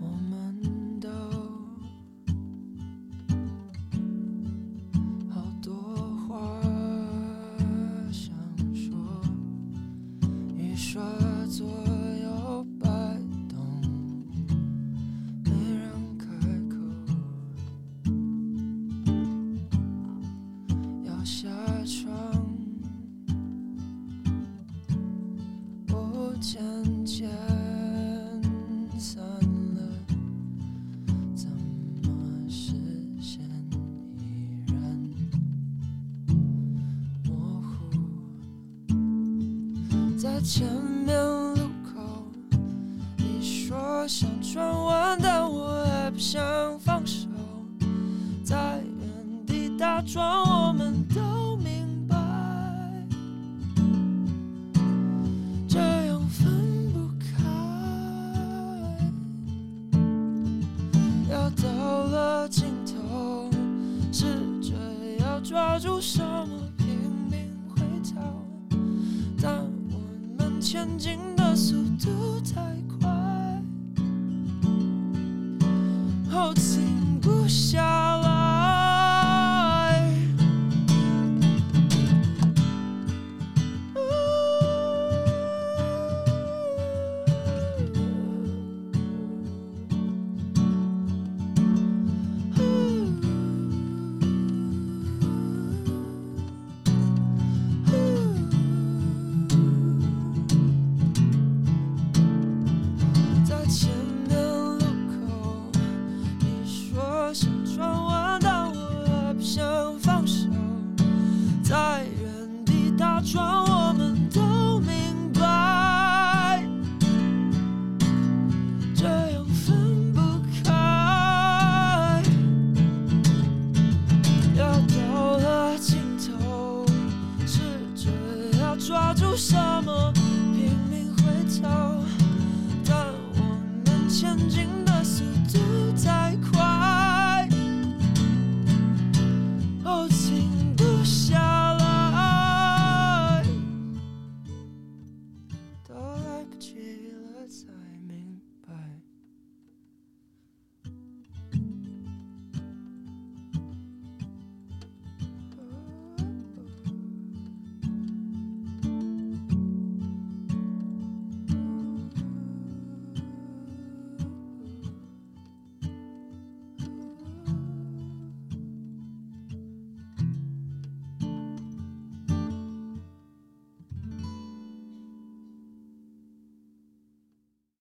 我们都好多话想说，一说左右摆动，没人开口。要下床，不渐渐散了，怎么视线依然模糊？在前面路口，你说想转弯，但我还不想放手，在原地打转，我们都明白。
嗯
这样分不开，要到了尽头，试着要抓住什么拼命回头，但我们前进的速度太快，后停不下